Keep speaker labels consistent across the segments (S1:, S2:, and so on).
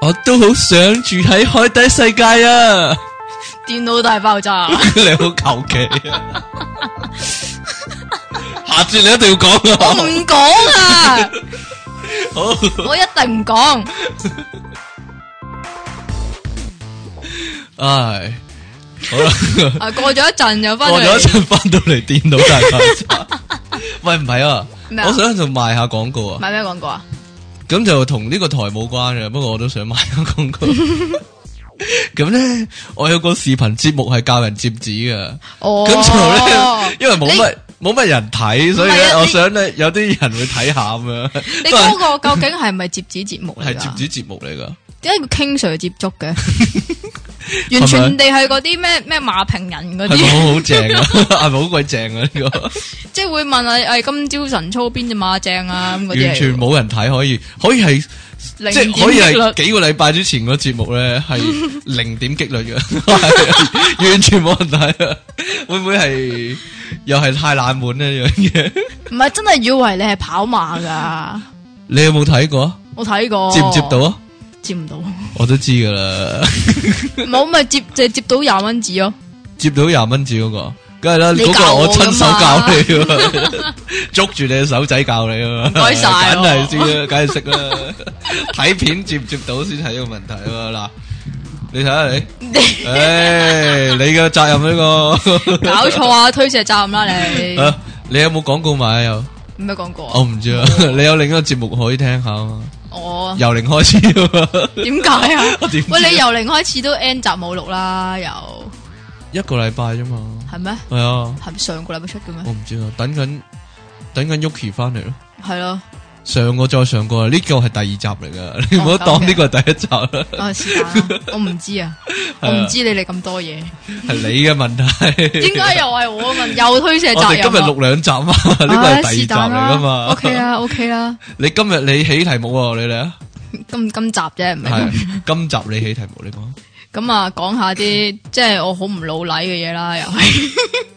S1: 我都好想住喺海底世界啊！
S2: 電腦大爆炸，
S1: 你好求其啊！ 下次你一定要講
S2: 我
S1: 啊！
S2: 唔講啊，
S1: 好，
S2: 我一定唔講。
S1: 唉，好啦。
S2: 啊，過咗一陣又翻
S1: 過咗一
S2: 嚟，
S1: 陣翻到嚟電腦大 爆炸。喂，唔係啊，
S2: 咩啊
S1: 我想就賣下廣告啊。
S2: 買咩廣告啊？
S1: 咁就同呢個台冇關嘅，不過我都想賣下廣 告。咁咧，我有個視頻節目係教人摺紙嘅，
S2: 哦，
S1: 咁就咧，因為冇乜冇乜人睇，所以
S2: 唔係
S1: 咧，
S2: 啊
S1: 我
S2: 你
S1: 想咧有啲人會睇下咁樣。
S2: 你
S1: 都係
S2: 嗰個究竟係咪接紙節目嚟
S1: 係
S2: 㗎
S1: 摺？紙節目嚟 噶，
S2: 點解叫 King Sir 接觸 嘅？完全地係嗰啲咩咩馬評人
S1: 係
S2: 嗰
S1: 咪
S2: 啲，
S1: 好好正啊？ 係咪好鬼正啊？ 呢個
S2: 即係會問啊，誒今朝晨操邊只馬正啊咁嗰啲嚟㗎，
S1: 完全冇人睇，可以可以係。
S2: 零
S1: 即
S2: 點
S1: 係可以
S2: 擊
S1: 係
S2: 率
S1: 幾個禮拜之前個節目咧 係零點擊率嘅，係 完全冇人睇啊！會唔會係又係太冷門呢樣嘢？
S2: 唔係真係以為你係跑馬㗎，
S1: 你有冇睇過啊？
S2: 我睇過。
S1: 接唔接到？啊？
S2: 接唔到，
S1: 我都知噶啦，
S2: 冇咪接就係接到廿蚊紙咯。
S1: 接到廿蚊紙嗰個，梗係啦，
S2: 你
S1: 嗰
S2: 教
S1: 個
S2: 我
S1: 我親手教你㗎嘛， 捉住你嘅手仔教你啊嘛，
S2: 該晒喎
S1: 梗係知啦，梗係識啦，睇片接唔接到先係一個問題啊嘛，嗱，你睇下 你。唉，你嘅責任呢個，
S2: 搞錯 啊！推卸責任啦你，
S1: 啊 你有冇廣告買啊？又
S2: 咩廣告
S1: 我
S2: 啊？
S1: 唔知啊，你有另一個節目可以聽下啊嘛，
S2: 我
S1: 由零開始啊嘛，
S2: 點解啊？
S1: 我點知啊
S2: 喂，你由零開始都 N 集冇錄啦，又
S1: 一個禮拜啫嘛，
S2: 係咩？
S1: 係啊，
S2: 係上個禮拜出嘅
S1: 我
S2: 咩？
S1: 唔知啊，等緊等緊 Yuki 翻嚟咯，
S2: 係咯，
S1: 上個再上個啊，呢個係第二集嚟噶，你唔好
S2: 哦
S1: 當呢個係第一集 啦，
S2: 啊是但 啦，我唔知啊，我唔知你哋咁多嘢，
S1: 係你嘅問題，
S2: 點解又係 我問？又推卸
S1: 我
S2: 責
S1: 哋
S2: 任啊。
S1: 今日錄兩集啊 嘛，呢個係
S2: 唉
S1: 第二集
S2: 是但
S1: 嚟
S2: 啦
S1: 噶 嘛
S2: ？OK 啦，OK 啦，
S1: 你今日你起題目喎，你嚟啊，
S2: 今今集啫，唔係。
S1: 係今集你起題目，你講。
S2: 咁啊，講下啲即係我好唔老禮嘅嘢啦，又係。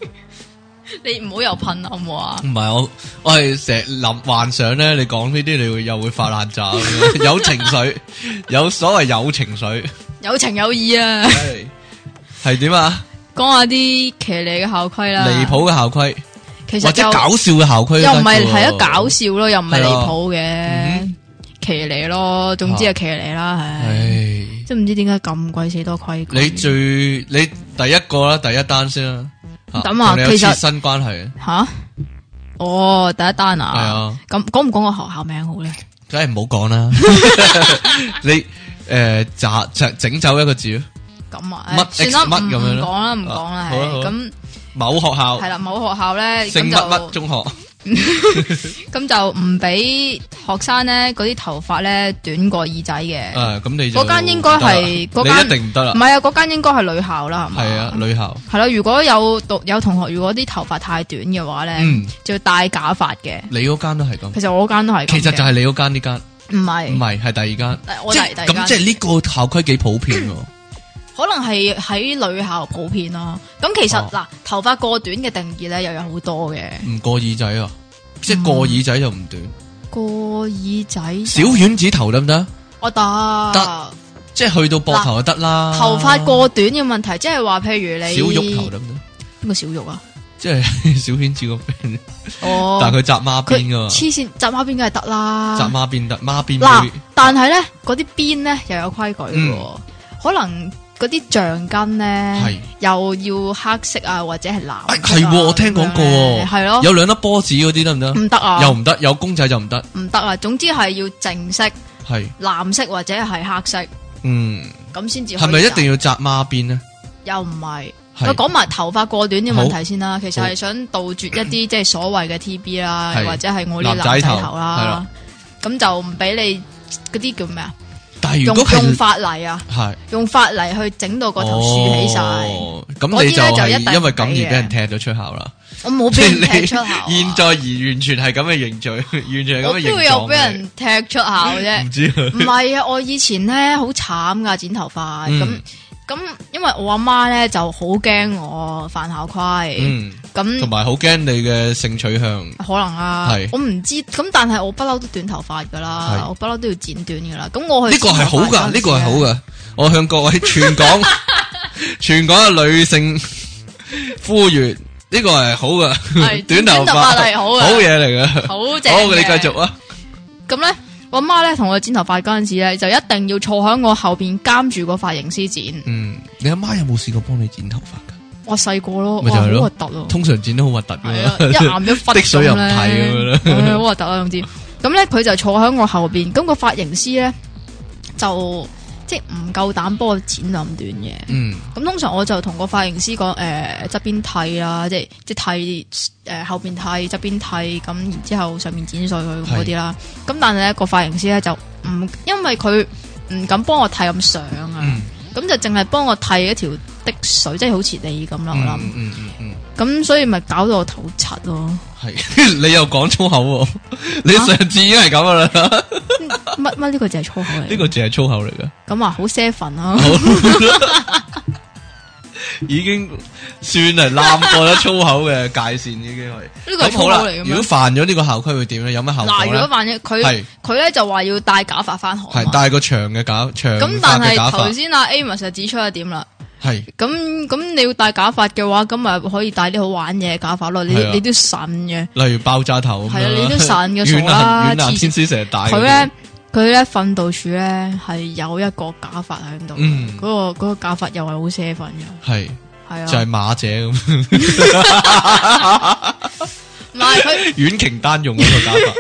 S2: 你唔好又噴啊，好唔好啊？
S1: 唔係我，我係成日諗幻想咧，你講呢啲你會又會發 爛渣咁樣，有情緒，有所謂有情緒，
S2: 有情有義啊！
S1: 係係點啊？
S2: 講下啲騎呢嘅校規啦。
S1: 離譜嘅校規，
S2: 其
S1: 或
S2: 實
S1: 者
S2: 就
S1: 搞笑嘅校規，
S2: 又唔係係一搞，笑咯，又唔係離譜嘅
S1: 嗯
S2: 騎呢咯，總之係騎呢啦，唉，
S1: 唉，
S2: 即係唔知點解咁鬼死多規矩。
S1: 你最你第一個啦，第一單先啦，嚇
S2: 咁啊
S1: 同你有
S2: 其實
S1: 切身關係，
S2: 吓？哦，第一單
S1: 係
S2: 啊，
S1: 啊，
S2: 咁講唔講個學校名好咧？
S1: 梗係唔好講 啦，你誒咋整整走一個字咯，
S2: 咁啊，
S1: 乜
S2: 唉算啦，
S1: X 乜
S2: 唔
S1: 咁樣
S2: 唔
S1: 咯
S2: 講啦，唔
S1: 啊
S2: 講
S1: 好
S2: 啦，
S1: 啊好啊
S2: 係咁
S1: 某學校
S2: 係啦，某學校咧
S1: 姓
S2: 咁
S1: 乜乜
S2: 就。
S1: 中學。
S2: 咁就唔俾學生咧嗰啲頭髮咧短過耳仔嘅。
S1: 啊，咁你就
S2: 嗰間應該係
S1: 唔得啦
S2: 嗰間
S1: 你一定唔得啦
S2: 唔，係啊，嗰間應該係女校啦，係嘛？
S1: 係啊，，女校，
S2: 係啦。如果有讀有同學，如果啲頭髮太短嘅話咧，
S1: 嗯，
S2: 就要戴假髮嘅。
S1: 你嗰間都係咁，
S2: 其實我嗰間都係咁嘅。
S1: 其實就係你嗰間呢間，
S2: 唔係
S1: 唔係係第二間，
S2: 但係我
S1: 即
S2: 第
S1: 係
S2: 第二
S1: 咁
S2: 間
S1: 即係呢個校規幾普遍喎，
S2: 可能係喺女校普遍咯。咁其實
S1: 哦
S2: 嗱，頭髮過短嘅定義咧又有好多嘅。
S1: 唔過耳仔啊，即
S2: 嗯
S1: 係過耳仔就唔短，
S2: 過耳仔
S1: 小丸子頭得唔得？
S2: 我哦得
S1: 得即係去到膊頭就得啦，
S2: 頭髮過短嘅問題，即係話譬如你
S1: 小玉頭得唔得？
S2: 邊個小玉啊？
S1: 即係 小丸子個 friend，
S2: 哦，
S1: 但係佢紮孖
S2: 佢
S1: 邊噶嘛，
S2: 黐線，紮孖邊梗係得啦。
S1: 紮孖邊得，孖邊
S2: 嗱
S1: 妹，
S2: 但係咧，嗰啲邊咧又有規矩嘅喎，可能嗰啲橡筋
S1: 嗯係
S2: 咧又要黑色啊，或者係藍
S1: 哎
S2: 色啊。
S1: 係喎我聽講過喎
S2: 係咯，
S1: 有兩粒波子嗰啲得唔得？
S2: 唔得啊，
S1: 又唔得，有公仔就唔得，
S2: 唔得啊。總之係要淨色、
S1: 係，
S2: 藍色或者係黑色
S1: 嗯，
S2: 咁先至可
S1: 係
S2: 以紮。
S1: 咪一定要紮孖邊呢？
S2: 又唔係？
S1: 係
S2: 我講埋頭髮過短嘅問
S1: 好
S2: 題先啦。其實係想杜絕一啲 即係所謂嘅 TB 啦，
S1: 係
S2: 或者係我呢啲
S1: 男
S2: 男
S1: 仔
S2: 仔
S1: 頭
S2: 頭
S1: 係啦
S2: 啦。咁就唔俾你嗰啲叫咩啊？
S1: 但係如
S2: 用
S1: 果
S2: 用
S1: 係
S2: 法例啊！
S1: 係。
S2: 用法嚟去整到個頭豎起晒，
S1: 哦咁
S2: 嗰
S1: 你
S2: 啲
S1: 就
S2: 呢就一定
S1: 係因為咁而
S2: 唔
S1: 俾
S2: 俾嘅
S1: 人踢咗出校啦。
S2: 我冇
S1: 即
S2: 俾
S1: 係
S2: 人踢
S1: 你
S2: 出校啊。
S1: 現在而完全係咁嘅形象， 完全係咁
S2: 我
S1: 嘅形
S2: 邊
S1: 狀
S2: 會
S1: 嚟。
S2: 有俾人踢出校啫
S1: 唔？知
S2: 唔
S1: 啊
S2: 係啊，我以前咧好慘噶剪頭髮咁
S1: 嗯
S2: 咁，因為我阿媽咧就好驚我犯校規，
S1: 嗯
S2: 咁咁
S1: 同埋好驚你嘅性取向。
S2: 可能啊
S1: 係，
S2: 我唔知。咁但係我不嬲都短頭髮噶啦，
S1: 係
S2: 我不嬲都要剪短噶啦。咁我去
S1: 呢個係好
S2: 剪頭髮
S1: 噶，
S2: 嗰陣
S1: 呢個係
S2: 時啊
S1: 好
S2: 呢。
S1: 噶。我向各位全港全港嘅女性呼籲，呢個係好噶
S2: 係，
S1: 短頭
S2: 短頭髮係
S1: 髮
S2: 好㗎
S1: 好嘢嚟噶。
S2: 好正
S1: 好，
S2: 嘅
S1: 你繼續啊。
S2: 咁咧，我媽咧同我剪頭髮嗰陣時咧，就一定要坐喺我後邊監住個髮型師剪。
S1: 嗯，你阿媽有冇試過幫你剪頭髮噶？
S2: 我細個咯，
S1: 咪
S2: 哇，
S1: 就
S2: 好
S1: 係咯
S2: 核突咯，
S1: 通常剪得好核突噶
S2: 係啊，一
S1: 嘛，
S2: 岩一 忽
S1: 滴水又唔睇咁樣啦
S2: 咁 樣好核突啊，總之。咁咧，佢就坐喺我後邊，咁個髮型師咧就即係唔夠膽幫我剪到咁短嘅。
S1: 嗯，
S2: 咁通常我就同個髮型師講誒側邊剃啊啦，即係即係剃誒後邊剃側邊剃，咁然之後上面剪碎佢咁嗰啲啦。咁但係咧個髮型師咧就唔，因為佢唔敢幫我剃咁上啊
S1: 嗯，
S2: 咁、就淨係幫我剃一條滴水，即係好似你咁啦，我諗
S1: 嗯。嗯嗯嗯，
S2: 咁所以咪搞到我頭柒咯，
S1: 係你又講粗口喎，你上次已經係咁噶啦，
S2: 乜乜呢個就係粗口嚟
S1: 呢
S2: 嘅，
S1: 個淨係粗口嚟噶。
S2: 咁啊好 seven 啦，
S1: 已經算係攬過咗粗口嘅界線，已經係。
S2: 呢個係
S1: 咁好啦
S2: 粗口嚟㗎嘛
S1: 如果犯咗呢個校規會點咧？有咩後
S2: 嗱
S1: 果
S2: 如果
S1: 咧？
S2: 萬一佢
S1: 係
S2: 佢咧就話要戴假髮翻學啊
S1: 係
S2: 嘛，
S1: 戴個長嘅假長
S2: 咁
S1: 髮
S2: 但
S1: 嘅假
S2: 係頭
S1: 髮，
S2: 先阿 Amos 就指出一點啦。
S1: 係
S2: 咁咁你要戴假髮嘅話，咁咪可以戴啲好玩嘢嘅假髮咯。你
S1: 係啊
S2: 你都神嘅，
S1: 例如爆炸頭咁樣
S2: 係啊
S1: 啦
S2: 你都散 嘅
S1: 軟啊
S2: 傻啦
S1: 男軟男
S2: 黐線
S1: 天師成日戴嗰啲
S2: 佢咧佢咧訓導處咧係有一個假髮喺度，
S1: 嗯
S2: 嗰個嗰個假髮又係好 s e 嘅，
S1: 係
S2: 係啊，
S1: 就係馬姐咁
S2: 唔係佢
S1: 軟瓊單用嗰個假 髮，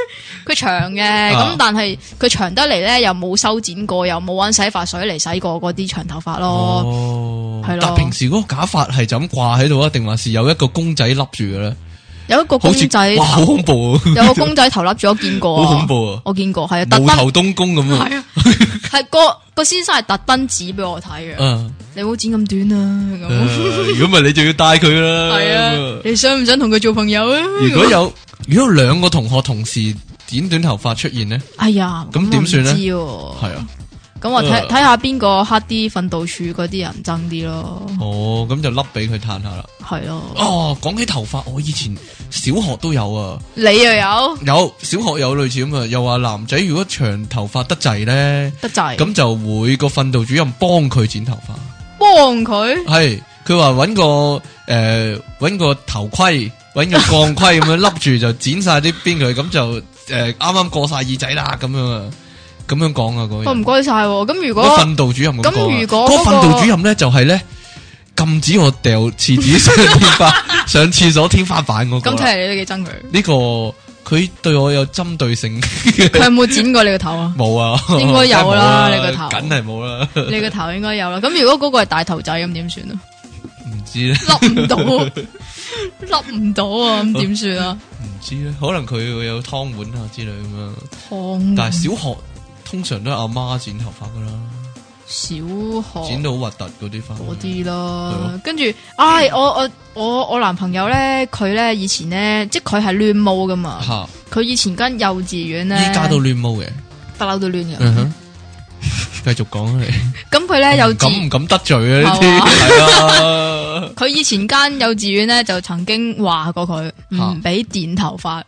S2: 佢長嘅，咁
S1: 啊
S2: 但係佢長得嚟咧又冇修剪過，又冇搵洗髮水嚟洗過嗰啲長頭髮咯。
S1: 哦
S2: 係咯
S1: 但平時嗰個假髮係就咁掛喺度啊，定還是有一個公仔笠住嘅咧？
S2: 有一
S1: 好
S2: 個公
S1: 似
S2: 仔
S1: 哇，好
S2: 頭，
S1: 恐怖啊，
S2: 有個公仔頭笠咗，我見過啊，
S1: 好恐怖啊
S2: 我見過，係啊，特
S1: 無
S2: 登
S1: 頭東宮咁啊，
S2: 係啊，係個個先生係特登指俾我睇嘅。
S1: 嗯。
S2: 你唔好剪咁短啊！咁
S1: 誒如果唔係你就要帶佢啦。
S2: 係啊，你想唔想同佢做朋友啊？
S1: 如果有如果有兩個同學同時剪短頭髮出現咧，
S2: 哎呀，
S1: 咁點算呢
S2: 咧？
S1: 係啊，
S2: 咁我
S1: 呃
S2: 睇睇下邊個黑啲訓導處嗰啲人憎啲咯，
S1: 哦，咁就笠俾佢嘆下啦。
S2: 係咯。
S1: 哦，講起頭髮，我以前小學都有啊，
S2: 你又有
S1: 有小學有類似咁啊，又話男仔如果長頭髮得滯咧，
S2: 得滯，咁
S1: 咁就會個訓導主任幫佢剪頭髮。
S2: 幫佢
S1: 係，佢話揾個诶，揾、個頭盔，揾個鋼盔咁樣笠住就剪晒啲邊佢，咁就呃诶啱啱過晒耳仔啦，咁樣啊，咁樣講啊嗰
S2: 喂
S1: 人
S2: 哦唔該晒喎。咁如
S1: 個
S2: 果
S1: 訓導主任咁講啊
S2: 咁如果
S1: 嗰個
S2: 嗰個
S1: 訓導主任咧就係咧禁止我掉廁紙上天 花上廁所天花板嗰個
S2: 咁睇
S1: 啦。
S2: 嚟你都幾憎佢，
S1: 呢個佢對我有針對性，？
S2: 佢有冇剪過你個頭啊
S1: 冇啊，
S2: 應該有啦
S1: 梗係冇啊梗係冇啦，
S2: 你個頭你個頭應該有啦。咁如果嗰個係大頭仔咁點算啊？
S1: 唔知咧。
S2: 笠唔到， 笠唔到啊！咁點算啊？
S1: 唔知咧，可能佢會有湯碗啊之類咁樣。
S2: 燙
S1: 但係小學通常都係阿媽剪頭髮噶啦，
S2: 小學
S1: 剪到好核突嗰啲髮。
S2: 嗰
S1: 係
S2: 啲咯，跟住，唉，我我我我男朋友咧，佢咧以前咧，即係佢係亂毛噶嘛，
S1: 吓，
S2: 佢以前間幼稚園咧，
S1: 依家都亂毛嘅。
S2: 不嬲都亂
S1: 嗯
S2: 嘅，
S1: 哼，繼續講啊你。
S2: 咁佢咧幼
S1: 唔敢唔
S2: 稚，
S1: 敢得罪啊？呢啲 係啊。
S2: 佢以前間幼稚園咧就曾經話過佢
S1: 嚇
S2: 唔俾電頭髮，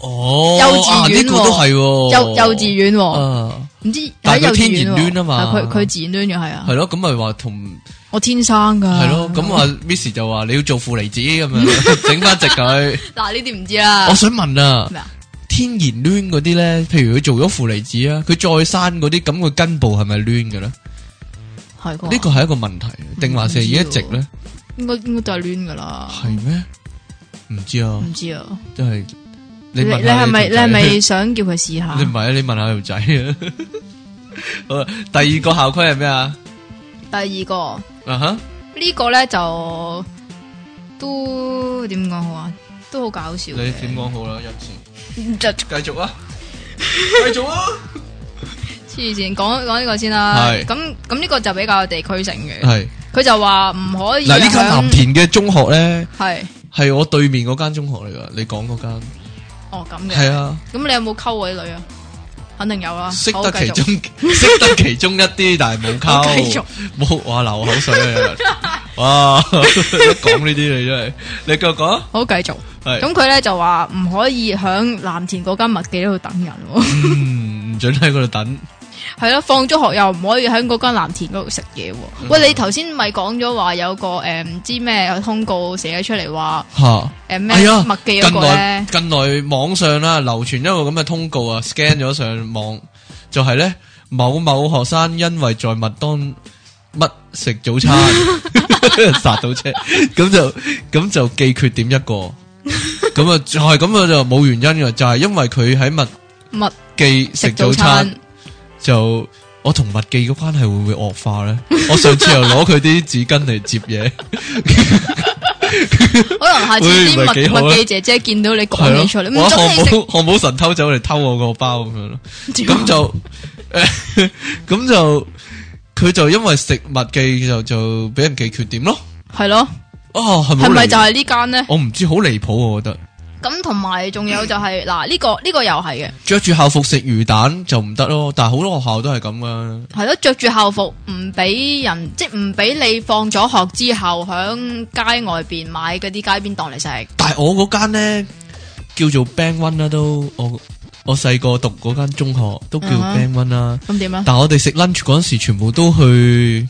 S1: 哦，
S2: 幼稚園
S1: 啊呢個都係喎
S2: 幼幼稚園喎，
S1: 啊，
S2: 唔知喺
S1: 但係佢
S2: 幼稚園
S1: 天然
S2: 喎
S1: 攣啊嘛
S2: 係佢佢自然攣嘅係啊
S1: 係，咯，咁咪話同
S2: 我天生噶，
S1: 係咯，咁啊 Miss 就話你要做負離子咁 樣，整翻直佢。
S2: 嗱呢啲唔知啦
S1: 我，想問啊。
S2: 咩啊？
S1: 天然挛嗰啲咧，譬如佢做咗負離子啊，佢再生嗰啲，咁佢根部係咪挛嘅咧？呢
S2: 係個
S1: 個係一個問題，定還是而一直咧？
S2: 應該應該就係攣噶啦，
S1: 係咩？唔知啊，
S2: 唔知啊，
S1: 真係
S2: 你
S1: 你
S2: 你
S1: 問下
S2: 係咪你
S1: 條
S2: 係
S1: 仔？
S2: 咪想叫佢試下
S1: 你唔係啊？你問下條仔 啊。好啦，第二個校規係咩啊？
S2: 第二個
S1: 啊哈，
S2: 呢個咧就都點講好啊？都好搞笑
S1: 你
S2: 嘅
S1: 點講好啦？一次，
S2: 就
S1: 繼續啊，繼續啊，
S2: 黐線講講呢個先啦。
S1: 係
S2: 咁咁呢個就比較有地區性嘅。
S1: 係
S2: 佢就話唔可以
S1: 嗱，呢間
S2: 響
S1: 藍田嘅中學咧，
S2: 係
S1: 係我對面嗰間中學嚟噶，你講嗰間
S2: 哦咁嘅。
S1: 係啊。
S2: 咁你有冇溝過啲女啊？肯定有啦。
S1: 识
S2: 好
S1: 得其
S2: 繼續
S1: 中 识得其中一啲，但系冇
S2: 好繼
S1: 溝
S2: 續，
S1: 冇哇流口水啊！哇！ 讲呢啲你真系，你继续讲啊，
S2: 好繼續。
S1: 系
S2: 咁佢咧就話唔可以響藍田嗰間麥記度等人喎，
S1: 嗯唔准喺嗰度等，
S2: 係咯，放咗學又唔可以喺嗰間藍田嗰度食嘢
S1: 嗯
S2: 喎。喂，你頭先咪講咗話有個诶唔知咩有通告寫咗出嚟話
S1: 吓。
S2: 诶咩
S1: 係啊
S2: 麥記嗰
S1: 近
S2: 個
S1: 來
S2: 咧，
S1: 近來網上啦流傳一個咁嘅通告啊，scan 咗上 網就係咧某某學生因為在麥當乜食早餐 殺到車，咁就咁就記缺點一個，咁啊就係咁啊就冇原因嘅，就係因為佢喺麥
S2: 麥
S1: 記食
S2: 食
S1: 早
S2: 早
S1: 餐
S2: 餐。
S1: 就。我同麥記嘅關係會唔會惡化咧？我上次又攞佢啲紙巾嚟接嘢，
S2: 可能下次
S1: 喂
S2: 啲
S1: 唔係幾
S2: 麥
S1: 好啊
S2: 麥記姐姐見到你講嘢出
S1: 係
S2: 嚟，
S1: 咯，
S2: 唔
S1: 我
S2: 准你
S1: 漢 堡
S2: 食
S1: 漢堡神偷走嚟偷我個包咁樣咯。
S2: 屌，
S1: 咁就 诶，咁就佢就因為食物嘅就就俾人記缺點咯。
S2: 係咯，
S1: 哦，係咪好
S2: 係咪
S1: 離
S2: 就係呢間咧？
S1: 我唔知好離譜，我覺得
S2: 咁同埋仲有就係嗱呢個呢個又係嘅。
S1: 着住校服食魚蛋就唔得咯。但係好多學校都係咁噶。
S2: 系咯，着住校服唔俾人，即系唔俾你放咗学之后响街外边买嗰啲街边档嚟食。
S1: 但係我嗰間咧叫做 Band One 啦，都我我細個讀嗰間中學都叫
S2: 嗯哼
S1: Band One 啦。
S2: 咁点啊？
S1: 但係我哋食 lunch 嗰阵时，全部都去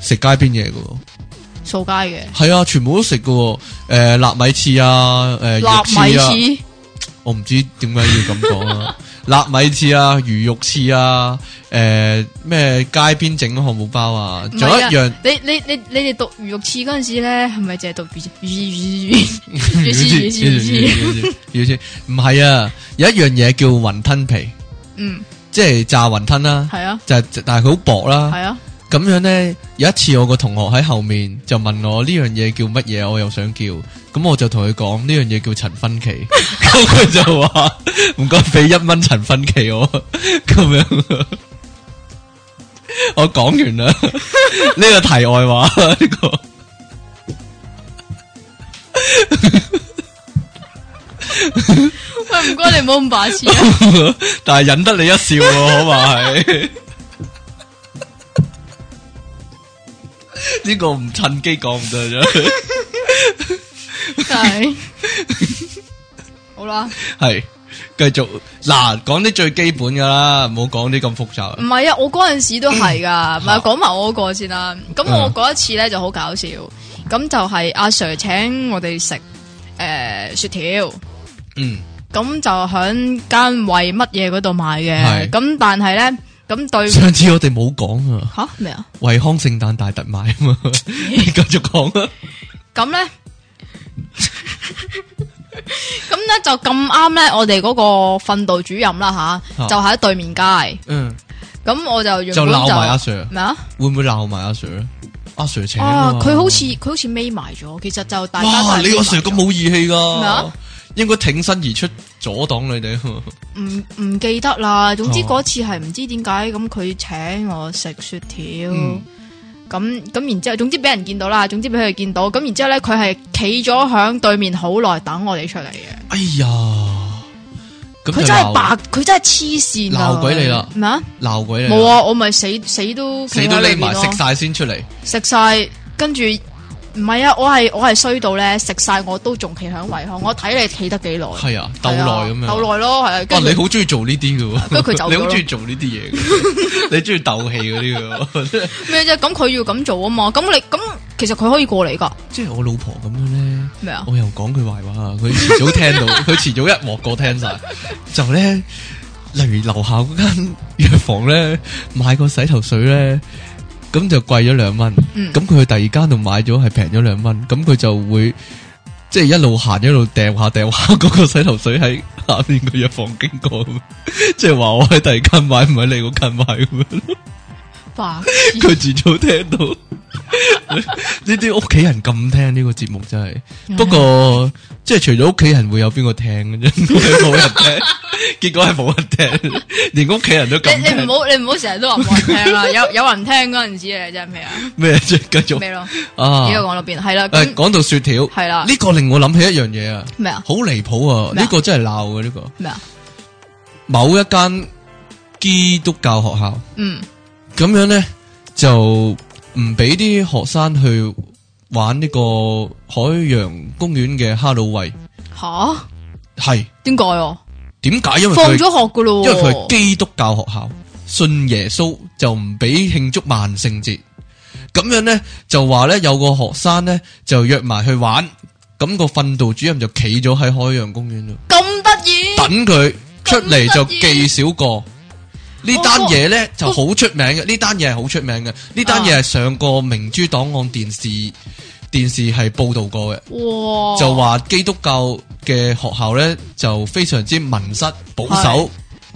S1: 食街邊嘢噶。
S2: 扫街嘅
S1: 係啊，全部都食噶。诶、臘米翅啊，诶、
S2: 腊
S1: 肉翅啊。
S2: 米翅，
S1: 我唔知點解要咁講啦。 腊米翅啊、魚肉翅啊、诶、咩街邊整漢堡包啊，
S2: 唔
S1: 仲
S2: 係
S1: 有一
S2: 啊
S1: 樣
S2: 你你你你哋读鱼肉翅嗰阵时咧，系咪净系读鱼鱼鱼魚
S1: 魚
S2: 翅
S1: 翅、
S2: 魚翅魚翅
S1: 魚翅、魚翅，唔係啊，有一樣嘢叫雲吞皮，
S2: 嗯，
S1: 即係炸雲吞啦，
S2: 系啊，
S1: 就係但係佢好薄
S2: 系
S1: 啦。
S2: 啊，
S1: 咁樣呢，有一次我個同學喺後面就問我呢樣嘢叫乜嘢，我又想叫，咁我就同佢講呢樣嘢叫陳芬奇， 咁佢就話唔該俾一蚊陳芬奇我，咁樣。 我講完啦， 呢個題外話，呢個
S2: 喂，唔该你唔好咁白痴啊！
S1: 但係引得你一笑喎，可話係。 呢個唔趁機講唔得啫，
S2: 真系好啦，
S1: 系繼續嗱，講啲最基本噶啦，唔好講啲咁複雜。
S2: 唔系啊，我嗰阵时都 系噶，唔系讲埋我嗰个先啦。咁我
S1: 嗯
S2: 嗰一次咧就好搞笑，咁就系阿 Sir 请我哋食诶雪条。
S1: 嗯，
S2: 咁就喺間為乜嘢嗰度買
S1: 係
S2: 嘅，咁但係咧，咁對
S1: 嗯上次我哋冇講啊，
S2: 吓咩啊？
S1: 惠康聖誕大特賣啊嘛， 你繼續講啊。
S2: 咁咧， 咁咧就咁啱咧，我哋嗰個訓導主任啦吓，
S1: 啊
S2: 就喺對面街，
S1: 嗯，
S2: 咁我就原
S1: 就
S2: 本
S1: 鬧埋阿 Sir，
S2: 咩啊？
S1: 會唔會鬧埋阿 Sir 咧？阿 Sir 請
S2: 啊，
S1: 嘛
S2: 佢好似佢好似眯埋咗，其實就大家都
S1: 哇，
S2: 係
S1: 你
S2: 匿
S1: 阿
S2: 埋
S1: Sir 咁
S2: 咗
S1: 冇義氣
S2: 咩
S1: 噶
S2: 啊，
S1: 應該挺身而出阻擋你哋 啊嘛。
S2: 唔唔記得啦。總之
S1: 哦
S2: 嗰次係唔知點解咁，佢請我食雪條，
S1: 嗯
S2: 咁咁然之後，總之俾人見到啦，總之俾佢哋見到，咁然之後咧，佢係企咗響對面好耐等我哋出嚟嘅。
S1: 哎呀，咁
S2: 佢
S1: 就
S2: 真係
S1: 鬧啊
S2: 白，佢真係黐線啊！
S1: 鬧鬼你啦
S2: 咩啊？
S1: 鬧鬼你，
S2: 冇，啊！我咪死死都
S1: 死都匿埋食晒先出嚟。
S2: 食晒，跟住唔係啊！我係我係衰到咧，食晒我都仲企響圍巷，我睇你企得幾耐，
S1: 係啊，鬥耐咁樣。
S2: 鬥耐咯，係啊。
S1: 哇！
S2: 跟住
S1: 你好中意做呢啲嘅喎，
S2: 跟住佢走咗
S1: 你
S2: 咯
S1: 好中意做呢啲 嘢嘅，你中意鬥氣嗰啲嘅喎。
S2: 咩啫？咁佢要咁做啊嘛，咁你咁其實佢可以過嚟噶
S1: 即係我老婆咁樣咧，
S2: 咩啊？
S1: 我又講佢壞話啊！佢遲早聽 到，佢遲早一鑊過聽晒。就咧，例如樓下嗰間藥房咧，買個洗頭水咧，咁就貴咗兩蚊。
S2: 嗯
S1: 咁佢去第二間度買咗係平咗兩蚊，咁佢就會即係一路行一路掉下掉下嗰個洗頭水喺下面個藥房經過咁樣，即係話我喺第二間買唔喺你嗰間買咁樣。
S2: 白
S1: 佢自早聽 到呢啲屋企人咁聽呢個節目真
S2: 啊
S1: 係，不過即係除咗屋企人會有邊個聽嘅啫， 冇人 聽，結果係冇人聽，連屋企人都咁
S2: 你你
S1: 聽
S2: 唔好你唔好成日都話冇人聽啦，有有人聽嗰陣時你真係咩啊
S1: 咩啫？繼續
S2: 咩咯？呢
S1: 啊
S2: 個！講到邊係
S1: 誒，
S2: 啦，咁
S1: 講到雪條，
S2: 係啦
S1: 呢個令我諗起一樣嘢啊，
S2: 咩啊
S1: 好離譜啊！
S2: 咩啊
S1: 呢個真係鬧嘅呢個，
S2: 咩啊？
S1: 某一間基督教學校。
S2: 嗯
S1: 咁樣咧就唔俾啲學生去玩呢個海洋公園嘅哈魯喂，
S2: 吓？
S1: 係
S2: 點解啊？
S1: 點解？因為
S2: 放
S1: 佢係
S2: 咗學噶咯
S1: 因
S2: 喎，
S1: 為佢係基督教學校，信耶穌就唔俾慶祝萬聖節。咁樣呢，就話呢，有個學生呢，就約埋去玩，咁、個訓導主任就企咗喺海洋公園度。
S2: 咁得意，
S1: 等佢出嚟就記少
S2: 哦
S1: 個。呢單嘢呢就好出名嘅，呢單嘢係好出名嘅，呢單嘢係上過明珠檔案電視電視係報導過嘅，
S2: 哇！
S1: 就話基督教嘅學校呢就非常之民失保守。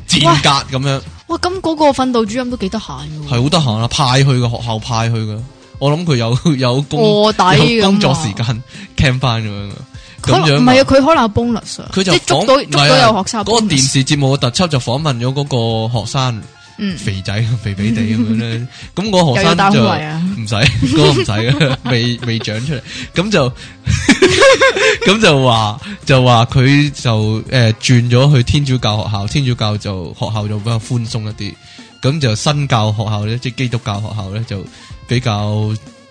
S1: 賤格咁樣，
S2: 哇，咁嗰個訓導主任都幾得閒嘅喎，
S1: 係好得閒啊！派去嘅學校派去嘅，我諗佢有有工
S2: 卧底咁
S1: 有
S2: 啊
S1: 工作時間 cam 翻咁樣嘅，
S2: 可
S1: 咁樣
S2: 能唔係啊，佢可能有 bonus 啊，
S1: 佢就
S2: 即係捉
S1: 訪
S2: 到
S1: 唔
S2: 捉
S1: 係啊
S2: 到有學生
S1: 嗰
S2: 有
S1: 個
S2: bonus
S1: 電視節目嘅特輯就訪問咗嗰個學生，
S2: 嗯
S1: 肥仔肥肥地咁樣 咧，咁嗰個學
S2: 又要打
S1: 生
S2: 胸
S1: 就
S2: 圍啊
S1: 唔使， 嗰個唔使嘅，未未長出嚟，咁就 咁就話就話佢就誒轉咗去天主教學校，天主教就學校就比較寬鬆一啲，咁就新教學校咧，即係基督教學校咧就比較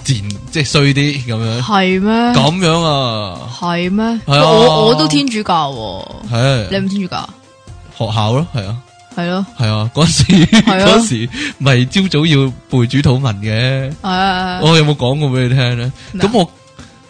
S1: 賤，即係衰啲咁 樣，
S2: 係咩？
S1: 咁樣啊，
S2: 係咩？
S1: 係啊
S2: 我我都天主教喎，你
S1: 係
S2: 唔天主教？啊
S1: 學校咯，係啊。
S2: 係咯，
S1: 系啊，嗰時
S2: 啊
S1: 嗰時咪朝早要背主禱文嘅，
S2: 係啊係啊
S1: 我哦有冇講過俾你聽咧？
S2: 咩啊
S1: 咁我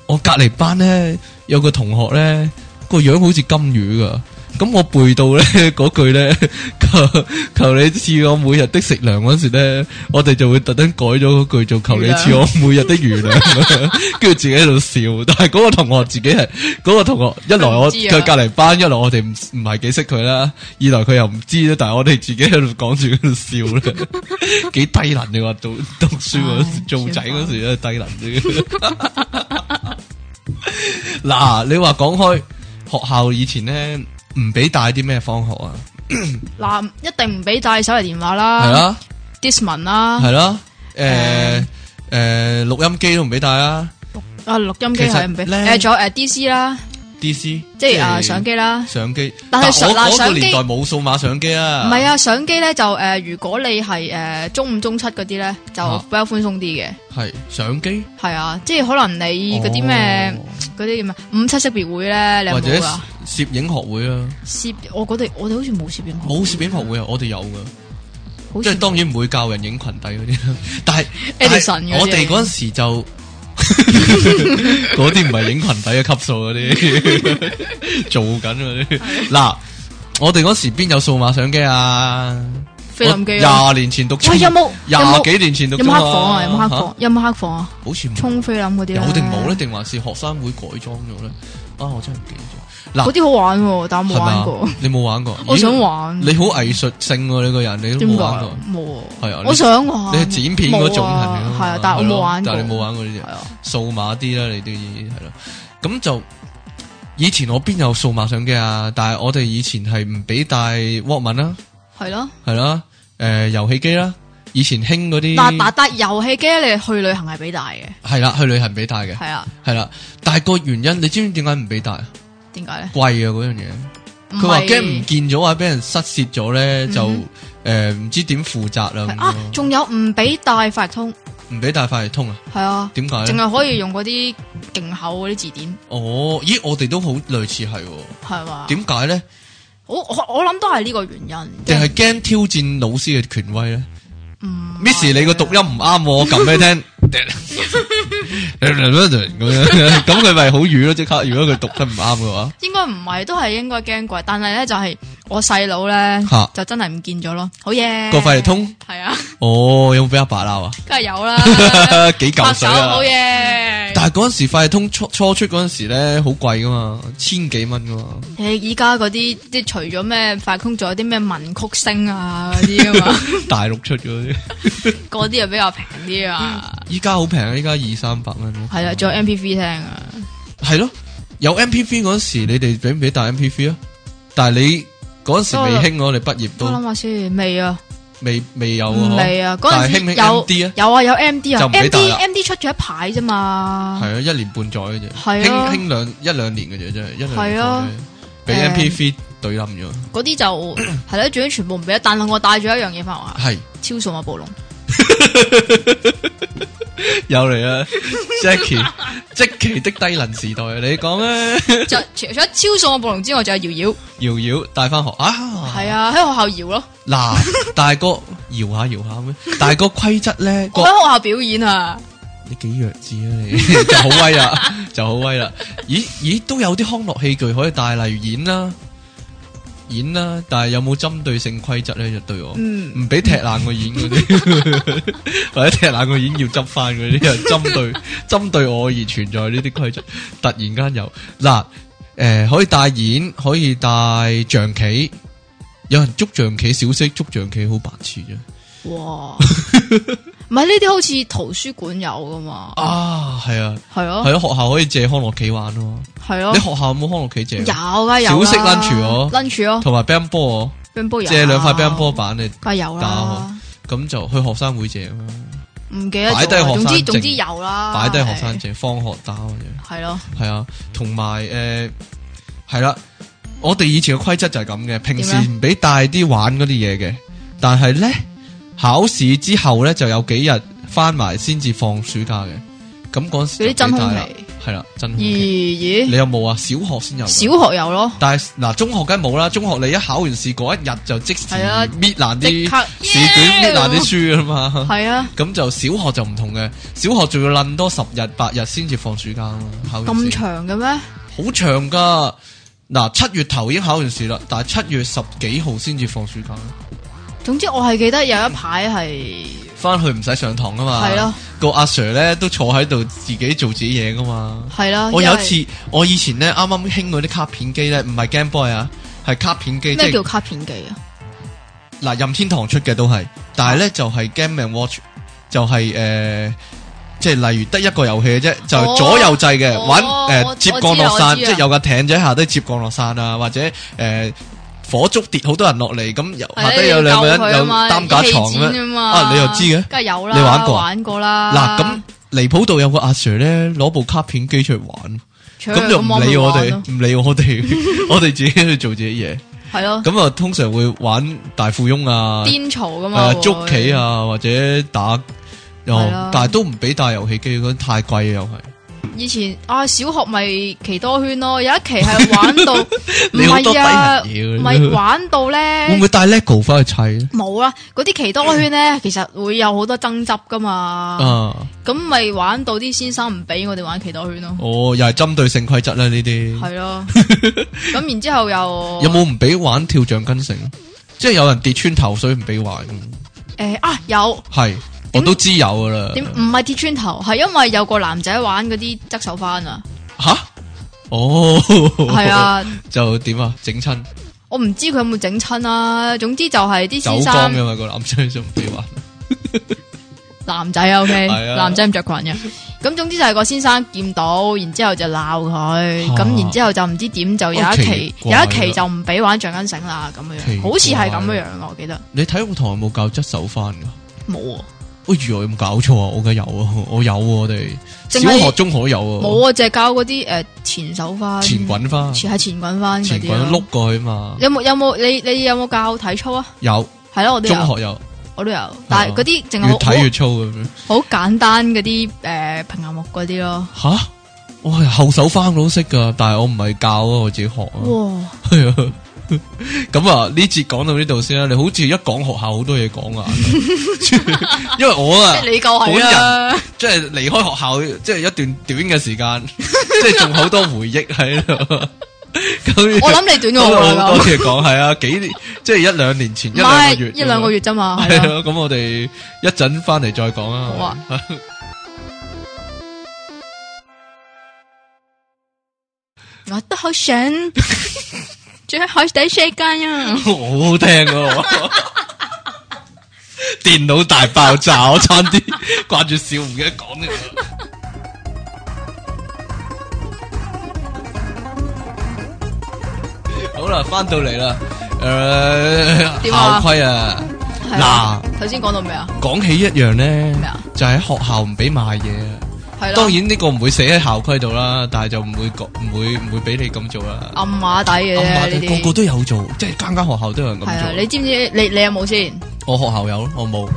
S1: 我隔離班咧有個同學咧個樣好似金魚噶，咁我背到咧 嗰句咧求求你賜我每日的食糧嗰時咧，我哋就會特登改咗嗰句做求你賜我每日的魚 糧，跟住自己喺度笑。但係嗰個同學自己係嗰、個同學，一來我
S2: 唔知啊
S1: 佢隔離班，一來我哋唔唔係幾識佢啦，二來佢又唔知咧，但係我哋自己喺度講住喺度笑咧，幾低能你話讀讀書嗰時
S2: 唉
S1: 做仔
S2: 算吧
S1: 嗰時咧低能啫。 嗱，你話講開學校以前咧，唔俾帶啲咩放學啊？
S2: 嗱，一定唔俾帶手提電話
S1: 係
S2: 啦
S1: 啦，
S2: ，Discman 啦，
S1: 係啦，誒誒，錄音機都唔俾帶啊
S2: 啊錄音機
S1: 其實
S2: 係唔俾，
S1: 咧
S2: 誒仲有誒 DC 啦，
S1: ，DC
S2: 即係啊相機啦。
S1: 相機，
S2: 但係
S1: 但
S2: 上
S1: 我
S2: 嗱
S1: 嗰個
S2: 相機
S1: 年代冇數碼相機啊，
S2: 唔係啊，相機咧就誒、呃如果你係誒、呃中五中七嗰啲咧，就
S1: 啊
S2: 比較寬鬆啲嘅，
S1: 係相機
S2: 係啊，即係可能你嗰啲咩
S1: 哦
S2: 嗰啲叫咩五七識別會咧，你有
S1: 或者
S2: 冇啊？
S1: 攝影學會啊，
S2: 攝我覺得我哋好似冇攝影
S1: 冇攝影學會啊，我哋有噶。
S2: 好
S1: 即
S2: 似
S1: 係當然唔會教人影裙底嗰啲， 但係
S2: Edison
S1: 但係我哋嗰陣時就 嗰啲唔係影裙底嘅級數嗰啲， 做緊嗰啲。嗱，我哋嗰時邊有數碼相機啊？
S2: 菲林機啊。
S1: 我廿年前讀中
S2: 喂，有冇有
S1: 廿
S2: 冇
S1: 幾年前讀
S2: 有冇
S1: 中
S2: 黑房啊？有冇黑？
S1: 嚇
S2: 房？有冇黑房啊？
S1: 好似冇
S2: 沖菲啊林嗰啲呢
S1: 有定冇咧？？定還是學生會改裝咗咧？啊，我真係唔記得
S2: 嗰啲好玩喎，但我
S1: 咗。
S2: 冇玩
S1: 係
S2: 過
S1: 咪啊。你冇玩過？
S2: 我
S1: 咦
S2: 想玩
S1: 你好藝術性喎，你個人你都
S2: 點
S1: 冇
S2: 解
S1: 玩過。
S2: 冇啊？
S1: 係啊你
S2: 我想玩。
S1: 你係剪片嗰種
S2: 冇
S1: 係
S2: 啊
S1: 咪？
S2: 係啊，但係我
S1: 係
S2: 冇
S1: 咯
S2: 玩過。
S1: 但係你冇玩過呢
S2: 係啊，
S1: 啲數碼啲啦，你都已係咯。咁就以前我邊有數碼相機啊？但係我哋以前係唔俾帶 Walkman 啦，
S2: 係咯。
S1: 係啦，誒遊戲機啦，以前興嗰
S2: 但但
S1: 啲
S2: 但遊戲機你去旅行係俾帶嘅，
S1: 係啦，去旅行俾帶嘅，
S2: 係啊？
S1: 係啦。但係個原因你知唔知點解唔俾帶啊？
S2: 點解咧？
S1: 貴啊嗰樣嘢，佢話驚唔見咗或者俾人失竊咗咧，就誒
S2: 嗯
S1: 唔知點負責啦咁
S2: 係啊，
S1: 咯，
S2: 仲有唔俾帶快譯通，
S1: 唔俾帶快嚟通啊？
S2: 係啊，
S1: 點解
S2: 淨
S1: 咧？
S2: 係可以用嗰啲勁厚嗰啲字典，
S1: 哦，咦，我哋都好類似係喎。
S2: 係嘛？
S1: 點解咧？
S2: 我我我諗都係呢個原因，
S1: 定係驚挑戰老師嘅權威咧
S2: 唔
S1: ？Miss，你個讀音唔啱喎，我撳俾你聽。 咁樣，咁佢咪好瘀咯？即刻，如果佢讀得唔啱嘅話，
S2: 應該唔係，都係應該驚貴，但係咧就係我細佬咧
S1: 嚇
S2: 就真係唔見咗咯，好嘢
S1: 個肺嚟通，
S2: 係啊，
S1: 哦，有冇俾阿爸鬧啊？
S2: 梗 係有啦，
S1: 幾
S2: 拍
S1: 嚿
S2: 手
S1: 水啊
S2: 好！嘢，
S1: 但係嗰陣時快通初初出嗰陣時咧，好貴噶嘛，千幾蚊噶嘛，
S2: 誒依家嗰啲即係除咗咩快空，仲有啲咩文曲星啊嗰啲 啊嘛，
S1: 大陸出嗰啲，
S2: 嗰啲又比較平啲啊。
S1: 依家好平啊！依家二三百蚊咯，
S2: 系啦，仲有 M P V 聽啊，
S1: 係咯，有 M P V 嗰陣時，你哋俾唔俾帶 M P V 啊？但係你嗰陣時未興我哋畢業
S2: 我
S1: 都
S2: 諗下先，未啊，
S1: 未未有啊？嗬
S2: 未啊，嗰陣
S1: 但係興唔
S2: 時
S1: 興
S2: 有
S1: MD 啊
S2: 有啊有 M D
S1: 就
S2: 啊
S1: 唔俾
S2: ，M
S1: 帶
S2: D
S1: 啦
S2: M D 出咗一排啫嘛
S1: 系，啊，一年半載嘅啫，
S2: 係啊
S1: 輕輕兩一兩年嘅啫，真係一兩
S2: 係
S1: 年
S2: 啊
S1: 啫，俾
S2: 誒
S1: M P V 對冧咗，
S2: 嗰 啲就係啦，總之全部唔俾啊。但係我帶咗一樣嘢翻學校，
S1: 係
S2: 超數碼暴龍，
S1: 又嚟啦，Jackie，即 期的低能時代，你講咧，
S2: 就除咗超數嘅暴龍之外，仲有搖搖，
S1: 搖搖帶翻學啊，
S2: 係啊，喺學校搖咯，
S1: 嗱，但係個搖下搖下咩？但係個規則咧，個
S2: 我喺學校表演啊，
S1: 你幾弱智啊你， 就好威啦，就好威啦。咦咦，都有啲康樂器具可以帶，例如演啦，演啦，但係有冇針對性規則咧？就對我。
S2: 嗯，
S1: 唔俾踢爛個演嗰啲， 或者踢爛個演要執翻嗰啲，係針對 針對我而存在呢啲規則。突然間有嗱，誒、可以帶演，可以帶象棋。有人捉象棋，小息捉象棋好白痴啫。
S2: 哇， 唔係呢啲好似圖書館有噶嘛，
S1: 啊，係啊，
S2: 係咯
S1: 係，咯，學校可以借康樂棋玩咯。
S2: 係咯
S1: 你，學校有冇康樂棋借？
S2: 哦有噶有
S1: 小
S2: 啊
S1: 息 lunch 咯
S2: lunch 咯
S1: 同埋乒乓波哦，
S2: 乒乓波有啊
S1: 借兩塊乒乓波，板你
S2: 梗係有
S1: 打
S2: 啦
S1: 我，咁就去學生會借啊嘛，
S2: 哦唔記得
S1: 擺低
S2: 咗
S1: 學
S2: 啦，
S1: 生
S2: 總之
S1: 證
S2: 總之有啦，
S1: 擺低學生借，放學打嘅啫。
S2: 係咯，
S1: 系啊，同埋诶，系啦、我哋以前嘅規則就係咁嘅，平時
S2: 點咧啊
S1: 唔俾帶啲玩嗰啲嘢嘅，但係咧考試之後咧就有幾日翻埋先至放暑假嘅，咁嗰陣時
S2: 嗰
S1: 就
S2: 啲真
S1: 幾
S2: 空
S1: 大啦
S2: 期，
S1: 係啦，真空期，
S2: 咦
S1: 你
S2: 咦，
S1: 有冇啊？小學先有㗎，
S2: 小學有咯，
S1: 但係嗱中學梗係冇啦，中學你一考完試嗰一日就即時
S2: 係啊
S1: 搣爛
S2: 即
S1: 啲
S2: 刻
S1: 試卷，搣爛啲
S2: Yeah！
S1: 書啊嘛，
S2: 係啊，
S1: 咁就小學就唔同嘅，小學仲要撚多十日八日先至放暑假啊嘛，考完試
S2: 咁長嘅咩？
S1: 好長噶。嗱，七月頭已經考完試啦，但係七月十幾號先至放暑假，
S2: 總之我係記得有一排係
S1: 翻去唔使上堂啊嘛。
S2: 係咯，
S1: 個阿 Sir 咧都坐喺度自己做自己嘢噶嘛。
S2: 哦係啦，
S1: 我
S2: 因
S1: 有一
S2: 為
S1: 次，我以前咧啱啱興嗰啲卡片機咧，唔係 Game Boy 啊，係卡片機，即
S2: 咩叫
S1: 係
S2: 卡片機啊？
S1: 嗱任天堂出嘅都係，但係咧就係 Game and Watch，就係誒，即係例如得一個遊戲嘅啫，就係
S2: 哦
S1: 左右掣嘅，
S2: 哦
S1: 玩誒
S2: 我
S1: 接
S2: 我
S1: 降
S2: 知啊
S1: 落
S2: 我
S1: 傘，即
S2: 知啊
S1: 係有架艇仔下低接降落傘啊，或者誒火燭跌好多人落嚟，咁由
S2: 係
S1: 下
S2: 你
S1: 低有兩個人
S2: 要救佢啊
S1: 有
S2: 嘛
S1: 擔架床
S2: 一起剪
S1: 咁
S2: 啊嘛，
S1: 啊你又知嘅
S2: 梗係有啦，
S1: 你玩過啊
S2: 玩過啦。
S1: 嗱咁離譜度有個阿 Sir 咧攞部卡片機出嚟玩，
S2: 除咗
S1: 咁就唔理我
S2: 有個網去玩啊
S1: 哋
S2: 咯，
S1: 唔理我哋，我哋 自己去做自己嘢。
S2: 係咯，
S1: 咁啊，通常會玩大富翁啊。
S2: 癲嘈噶
S1: 係啊
S2: 嘛，
S1: 捉棋啊，或者打，
S2: 係啊
S1: 哦，但系都唔俾帶遊戲機，嗰啲太貴啊又係。
S2: 會。以前啊，小學咪奇多圈咯，有一期係玩 到唔
S1: 你好多低
S2: 係啊，
S1: 能嘢
S2: 唔
S1: 㗎
S2: 係玩到咧
S1: 會唔會帶 LEGO 翻去砌咧？
S2: 冇啦。嗰啲奇多 圈咧，其實會有好多爭執噶嘛，
S1: 啊，
S2: 咁咪玩到啲先生唔俾我哋玩奇多圈咯，
S1: 哦，又係針對性規則啦呢啲。
S2: 係啊 咯。咁然之後又
S1: 有冇唔俾玩跳橡筋繩？即係有人跌穿頭，所以唔俾玩。
S2: 誒啊有。
S1: 係，我都知有噶啦。
S2: 点唔系跌穿头，系因为有个男仔玩嗰啲侧手翻啊，
S1: 吓？哦，
S2: 系，啊，
S1: 就點啊？整親
S2: 我唔知佢有冇整亲啦。总之就系啲
S1: 走
S2: 先
S1: 光
S2: 生
S1: 噶嘛個男仔，就唔俾玩。
S2: 男仔啊，OK，
S1: 係啊
S2: 男仔唔着裙嘅。咁总之就系个先生见到，然之后就闹佢，
S1: 嚇
S2: 咁然之后就唔知点就有一
S1: 好
S2: 期
S1: 奇怪
S2: 有
S1: 啊
S2: 一期就唔俾玩橡筋绳啦，咁
S1: 奇
S2: 样
S1: 怪啊
S2: 好似系咁样样，我记得
S1: 你體育堂有冇教質手翻噶？
S2: 冇啊，
S1: 哎呀，有冇搞錯啊？我梗有啊，我有啊，我哋小
S2: 淨係
S1: 學、中學都有啊。
S2: 冇啊，就系教嗰啲诶前手翻，
S1: 前滾翻，
S2: 系前滚翻嗰
S1: 前
S2: 啲
S1: 滾
S2: 啊
S1: 碌過去嘛。
S2: 有冇有冇你你有冇教體操啊？
S1: 有
S2: 系咯，我都
S1: 中
S2: 有，
S1: 學有，
S2: 我都有，但系嗰啲净
S1: 啊越
S2: 系
S1: 睇越粗咁樣。
S2: 好簡單嗰啲诶平衡木嗰啲咯。
S1: 吓，我係後手翻我都識噶，但係我唔係教啊，我自己學啊。
S2: 哇！
S1: 係啊， 咁啊，呢節講到呢度先啦。你好似一講學校好多嘢講啊， 因為我
S2: 即
S1: 啊
S2: 係，你夠係啦，
S1: 即係離開學校，即係一段短嘅時間， 即係仲好多回憶喺度。 咁
S2: 我諗你短
S1: 講
S2: 過我
S1: 到好多
S2: 啦。
S1: 嘢講，係啊，幾年即係一兩年前，
S2: 唔
S1: 一兩個
S2: 係
S1: 月，啊
S2: 一兩個月啫嘛，
S1: 系
S2: 係啦。
S1: 咯， 咁我哋一陣翻嚟再講
S2: 好
S1: 啊
S2: 啊。我都好想，仲喺海底 shake 間啊！
S1: 好好聽啊！ 電腦大爆炸，我差啲掛住笑，唔記得講呢個。 好啦，翻到嚟啦，诶、
S2: 點
S1: 校
S2: 啊
S1: 規啊，
S2: 係啊，頭先講到咩啊？
S1: 講起一樣咧
S2: 咩啊，
S1: 就喺學校唔俾賣嘢啊。
S2: 係
S1: 當
S2: 啦，
S1: 然呢個唔會寫喺校規度啦，但係就唔會講唔會唔會俾你咁做啦。
S2: 暗馬底嘅
S1: 暗碼
S2: 啫呢
S1: 底啊個個
S2: 啲。
S1: 都有做，即係間間學校都有人咁
S2: 係啊，
S1: 做。
S2: 你知唔知？你你有冇先？
S1: 我學校有，我冇。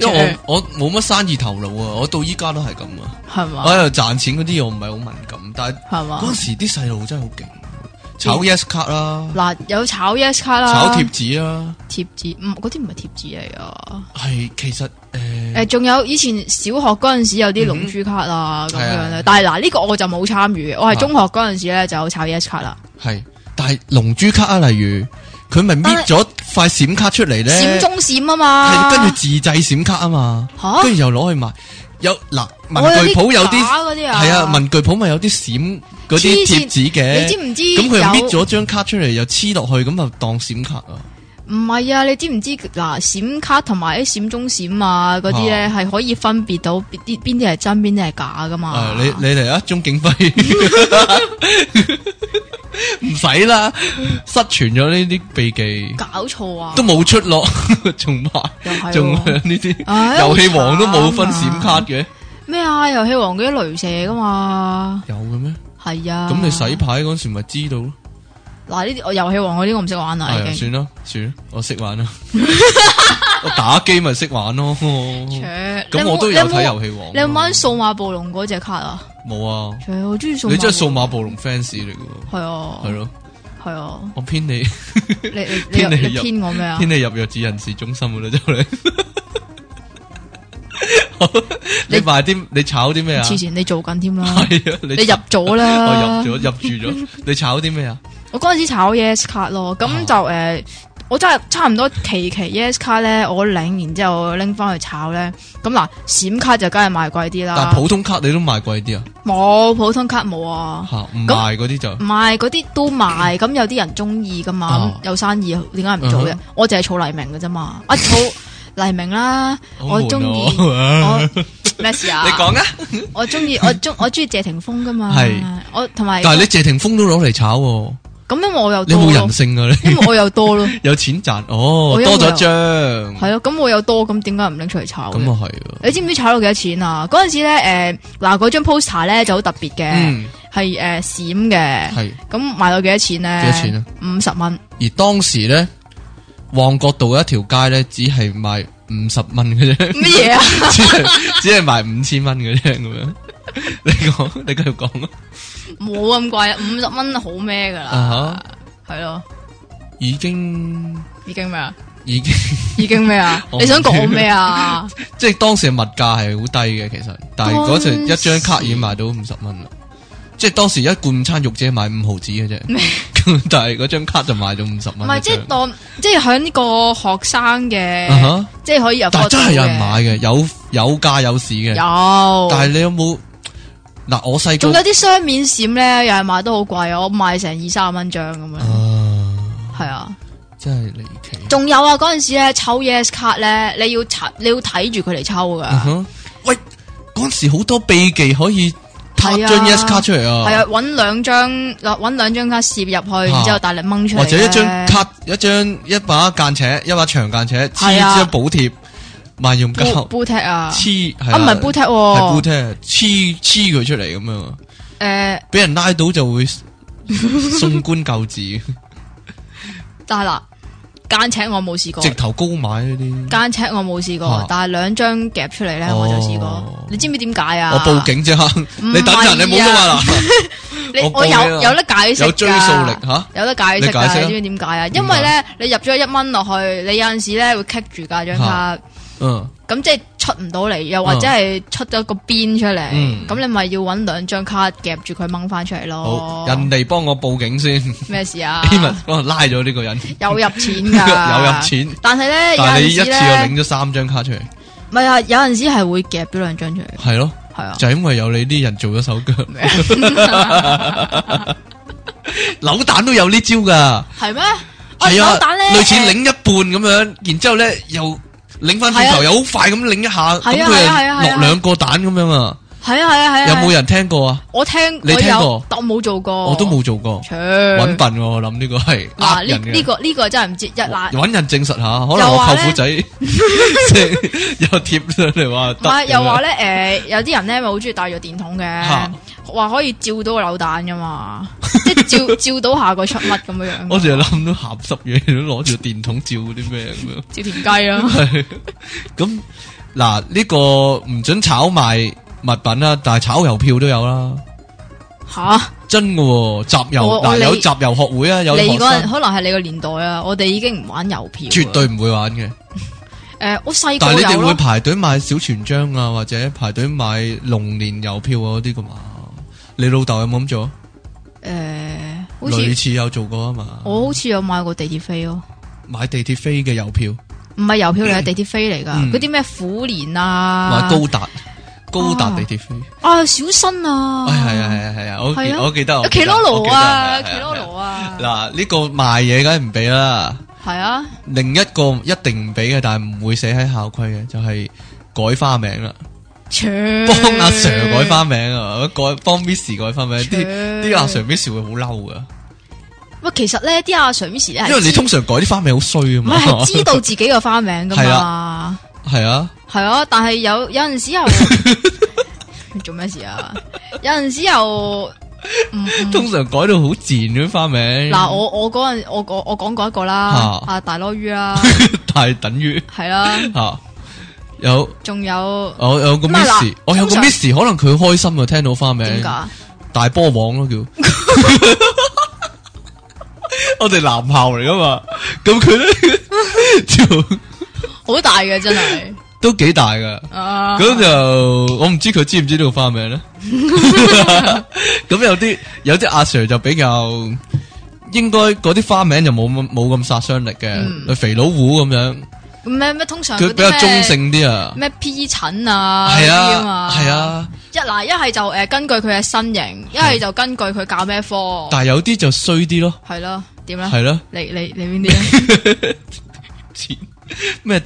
S1: 因為我我冇乜生意頭腦啊，我到依家都係咁啊。
S2: 係
S1: 我
S2: 嘛，
S1: 喺度賺錢嗰啲我唔係好敏感，但係
S2: 係
S1: 嗰陣
S2: 嘛。
S1: 時啲細路真係好勁，炒 yes 卡啦，
S2: 嗱，有炒 yes 卡啦，
S1: 炒貼紙啦，
S2: 貼紙，唔嗰啲唔係貼紙嚟噶。
S1: 係其實呃誒
S2: 誒，呃仲有以前小學嗰陣時有啲龍珠卡啊咁樣
S1: 嗯係啊
S2: 咧，但係嗱呢個我就冇參與嘅，我係
S1: 啊
S2: 中學嗰陣時咧就有炒 yes 卡啦，
S1: 係，但係龍珠卡啊，例如佢咪搣咗塊閃卡出嚟
S2: 啊閃
S1: 咧，
S2: 中閃啊
S1: 係
S2: 嘛，
S1: 跟住自製閃卡啊嘛，
S2: 吓
S1: 跟住又攞去賣。有嗱文
S2: 我有
S1: 具鋪有啲
S2: 假嗰啲啊，
S1: 係啊，文具鋪咪有啲閃嗰啲
S2: 黐線
S1: 貼紙
S2: 你
S1: 嘅
S2: 知。唔知
S1: 咁佢又搣
S2: 有？
S1: 咗張卡出嚟，又黐落去，咁就當閃卡啊！
S2: 唔係啊，你知唔知嗱閃卡同埋啲閃中閃啊嗰啲咧係可以分別到邊啲邊啲係真邊啲係假噶嘛？
S1: 啊，你你嚟啊，鐘景輝， 唔使啦，失傳咗呢啲秘技，
S2: 搞錯啊
S1: 都！冇出落， 仲買，
S2: 又係啊
S1: 仲 有
S2: 喎
S1: 呢啲
S2: 唉
S1: 遊戲王都冇分
S2: 好慘啊
S1: 閃卡嘅，
S2: 咩啊？遊戲王嗰啲雷射噶嘛？
S1: 有嘅咩？
S2: 係啊。
S1: 咁你洗牌嗰時咪知道咯？
S2: 嗱呢啲我遊戲王嗰啲我唔識玩啦，
S1: 係啊，
S2: 已經。
S1: 算啦，算啦，我識玩 啦，我打機咪識玩咯。咁
S2: 切
S1: 我都
S2: 你
S1: 有
S2: 冇
S1: 睇遊戲王啊
S2: 你有冇玩數碼暴龍嗰只卡啊？
S1: 冇啊？
S2: 切我中意數。
S1: 你真係數碼。暴龍 fans 嚟嘅喎，
S2: 係啊。
S1: 係。咯？
S2: 係啊。
S1: 我偏你
S2: 你你
S1: 偏
S2: 你
S1: 你
S2: 你
S1: 入
S2: 偏我咩啊？
S1: 偏你入弱智人士中心噶啦，就你。 好你賣啲你炒啲咩啊？
S2: 黐線，你做緊添啦。
S1: 係啊， 你
S2: 你入啊咗啦。
S1: 我入咗入住咗， 你炒啲咩啊？
S2: 我嗰陣時炒 yes 卡咯，咁
S1: 啊
S2: 就誒、呃我真係差唔多期期 yes 卡咧，我領然之後拎翻去炒咧。咁嗱，閃卡就梗係賣貴啲
S1: 但
S2: 啦
S1: 係，普通卡你都賣貴啲啊？
S2: 冇普通卡冇啊，
S1: 吓唔賣嗰啲就
S2: 唔係嗰啲都賣，咁有啲人中意噶嘛，
S1: 啊
S2: 咁有生意點解唔做啫
S1: 嗯？
S2: 我就係儲黎明嘅啫嘛，一儲黎明啦，
S1: 好
S2: 我中意
S1: 悶啊
S2: 我咩事 啊
S1: 你？講啊？
S2: 我中意我 中我中意謝霆鋒噶嘛
S1: 係，
S2: 我同埋
S1: 但係你謝霆鋒都攞嚟炒喎，
S2: 咁，因為我又
S1: 你
S2: 多
S1: 冇
S2: 咯
S1: 人，性啊！你
S2: 因為我又 多咯。
S1: 有錢賺哦，
S2: 我因為
S1: 多咗
S2: 我
S1: 張
S2: 系咯，咁我有多，咁點解唔拎出嚟炒嘅
S1: 咁啊係喎，
S2: 你知唔知炒到幾多錢啊？嗰阵时咧，诶、嗱，嗰張 poster 咧就好特別嘅，
S1: 嗯
S2: 係诶閃嘅，
S1: 係。
S2: 咁賣到幾多錢咧？
S1: 幾多錢啊？
S2: 五十蚊，
S1: 而當時咧，旺角道一條街咧，只係賣五十蚊嘅啫，
S2: 乜嘢啊？
S1: 只係只係賣五千蚊嘅啫，咁樣。你講，你繼續講啊
S2: 冇咁貴啊，五十蚊好咩噶啦？
S1: 啊哈！
S2: 係咯，
S1: 已經
S2: 已經咩啊？
S1: 已經，？
S2: 已經咩啊
S1: 我唔
S2: 你想講咩 啊？
S1: 即係當時嘅物價係好低嘅，其實，但係嗰陣一
S2: 當
S1: 張
S2: 時
S1: 卡已經賣到五十蚊啦。即係當時一罐午餐肉只係賣五毫子嘅啫，咁 但係嗰張卡就賣到五十
S2: 唔
S1: 蚊一張。
S2: 係即係當即係喺呢個學生嘅
S1: 啊哈
S2: 即係可以入
S1: 但係
S2: 課
S1: 真
S2: 堂
S1: 係有人
S2: 嘅
S1: 買嘅，有有價有市嘅。
S2: 有，
S1: 但係你有冇嗱？我細個
S2: 仲有啲雙面閃咧，又係賣得好貴啊！我賣成二三十蚊張咁樣，
S1: 啊。
S2: 係啊。
S1: 真係離奇。
S2: 仲有啊，嗰阵时咧抽 yes 卡咧，你要查你要睇住佢嚟抽噶，
S1: 嗯
S2: 係
S1: 哼喂，嗰陣時好多秘技可以拍
S2: 係啊
S1: 張 yes 卡出嚟啊，
S2: 啊，搵兩張搵兩張卡攝入去，然之後但你掹出嚟，
S1: 或者一張，卡一張一把間尺一把長間尺黐
S2: 係啊
S1: 張補貼萬用膠
S2: 布布踢啊，
S1: 黐係
S2: 啊唔係布踢
S1: 係煲
S2: 喎，
S1: 踢黐黐佢出嚟咁樣啊，
S2: 诶，
S1: 俾人拉到就 會送官救治，
S2: 但係嗱，間尺我冇試過，
S1: 直頭高買嗰啲。
S2: 間尺我冇試
S1: 啊
S2: 過，但係兩張夾出嚟咧我就試
S1: 哦
S2: 過，你知唔知點解啊？
S1: 我報，警啫，
S2: 唔
S1: 你等陣，
S2: 係
S1: 你冇得話啦，
S2: 你
S1: 我
S2: 我
S1: 報
S2: 有
S1: 你啊
S2: 有得解釋㗎
S1: 有追溯力吓，
S2: 有得解釋
S1: 你解釋
S2: 㗎，
S1: 啊
S2: 你知唔知點解啊？因為咧，你入咗一蚊落去，你有陣時咧會棘住㗎張卡。
S1: 嗯，
S2: 咁即係出唔到嚟，又或者係出咗個邊出嚟，
S1: 嗯
S2: 咁、你咪要揾兩張卡夾住佢掹翻出嚟
S1: 好
S2: 咯，。
S1: 人哋幫我報警先。
S2: 咩事哦 啊？
S1: 希文幫我拉咗呢個人，
S2: 有入錢
S1: 有
S2: 㗎，
S1: 入錢。
S2: 但係 咧，
S1: 但係你一
S2: 有
S1: 次
S2: 陣時
S1: 就
S2: 咧，
S1: 領咗三張卡出嚟，
S2: 唔係啊，有陣時係會夾咗兩張出嚟，
S1: 係咯，
S2: 係啊，
S1: 就因為有你啲人做咗手 腳，扭蛋都有呢招噶，
S2: 係咩？我
S1: 係
S2: 哦扭
S1: 啊
S2: 蛋咧，，
S1: 類似
S2: 誒
S1: 領一半咁樣，然之后咧又領翻轉頭，
S2: 係啊
S1: 又好快咁領一下，咁
S2: 係啊係啊係
S1: 佢
S2: 啊係
S1: 又
S2: 啊
S1: 落兩個蛋咁樣啊，
S2: 係啊係啊係啊，
S1: 有冇
S2: 係啊？
S1: 人聽過啊？
S2: 我聽
S1: 你
S2: 我
S1: 聽
S2: 有
S1: 過，
S2: 但我冇做過，
S1: 我都。冇做過，
S2: 切，
S1: 搵
S2: 揾
S1: 笨喎我諗呢個係呃
S2: 嗱呢
S1: 人
S2: 呢
S1: 嘅，
S2: 個呢個真係唔知一嗱。
S1: 搵人證實下，可能
S2: 又
S1: 我舅
S2: 話呢
S1: 父仔即係有貼上嚟話得
S2: 唔
S1: 咁樣，
S2: 係又話咧，誒、有啲人咧咪好中意帶住電筒嘅
S1: 嚇，
S2: 話可以照到個扭蛋噶 嘛，即係照照到下個出乜咁樣樣。
S1: 我淨係諗到鹹濕嘢，都攞住電筒照啲咩咁樣。
S2: 照田雞啦，
S1: 係咁嗱，呢、個唔准炒賣物品啦，但係炒郵票都有啦，
S2: 吓
S1: 真嘅喎，集郵
S2: 我我
S1: 嗱
S2: 理
S1: 有集郵學會啊，有
S2: 你
S1: 學
S2: 嗰陣
S1: 生
S2: 可能係你個年代啊，我哋已經唔玩郵票。
S1: 絕對唔會玩嘅，
S2: 诶，我細
S1: 但
S2: 個
S1: 係你
S2: 有
S1: 哋會
S2: 咯，
S1: 排隊買小全章啊，或者排隊買龍年郵票啊嗰啲噶嘛？你老豆有冇咁做？啊
S2: 诶，好似
S1: 類似有做過啊嘛，
S2: 我好似有買過地鐵飛咯。
S1: 買地鐵飛嘅郵票，
S2: 唔係郵票嚟，係地鐵飛嚟噶，
S1: 嗯
S2: 嗰啲咩虎年
S1: 買
S2: 啊，
S1: 高達高達地鐵飛。
S2: 啊小新啊，
S1: 哎，系啊系啊系啊，我
S2: 係
S1: 記
S2: 啊
S1: 我記得，我
S2: 有
S1: 記
S2: 奇
S1: 得
S2: 羅
S1: 我
S2: 羅
S1: 記得
S2: 啊，
S1: 係
S2: 奇
S1: 係
S2: 羅
S1: 係
S2: 羅啊，
S1: 嗱，呢個賣嘢梗係唔俾啦，
S2: 係啊，
S1: 另一個一定唔俾嘅，但係唔會寫喺校規嘅，就係改花名啦，幫
S2: 幫
S1: 阿 Sir 改花名啊，或者改幫 Miss 改花名，啲
S2: 切
S1: 啲阿 Sir Miss 會好嬲噶，
S2: 喂，其實咧啲阿 Sir Miss 咧，
S1: 因為你通常改啲花名好衰啊
S2: 唔
S1: 嘛，
S2: 係係知道自己個花名噶
S1: 係
S2: 嘛，
S1: 係啊，
S2: 係啊，但係有有陣時又 你做咩事啊？有陣時又唔唔
S1: 通常改到好賤嗰啲花名，
S2: 嗯嗱，我我嗰陣我我我講過一個啦
S1: 啊，
S2: 啊大羅 魚啦，
S1: 但係等於
S2: 係啦，
S1: 吓有
S2: 仲有
S1: 我有個
S2: 唔啊係嗱
S1: Miss，我有個
S2: 通常
S1: Miss 可能佢開心啊，聽到花名
S2: 點解？
S1: 大波王咯叫。 我哋男校嚟噶嘛，咁佢咧就
S2: 好大嘅真係
S1: 都幾大噶，
S2: 啊！
S1: 咁就我唔知佢知唔知道花名咧。 咁有啲有啲阿 Sir 就比較應該嗰啲花名就冇咁冇咁殺傷力嘅，
S2: 嗯
S1: 例如肥佬虎咁樣，
S2: 咁咩咩通常嗰
S1: 佢
S2: 啲
S1: 比較
S2: 咩
S1: 中性啲啊。
S2: 咩 P 疹啊，
S1: 係
S2: 嗰啲
S1: 啊
S2: 嘛，
S1: 係，啊，
S2: 一嗱一係就誒根據佢嘅身形，一係就根據佢教咩科，
S1: 但係有啲就衰啲咯，
S2: 係咯，點咧？
S1: 係咯。
S2: 你你你邊啲啊咧？
S1: 錢咩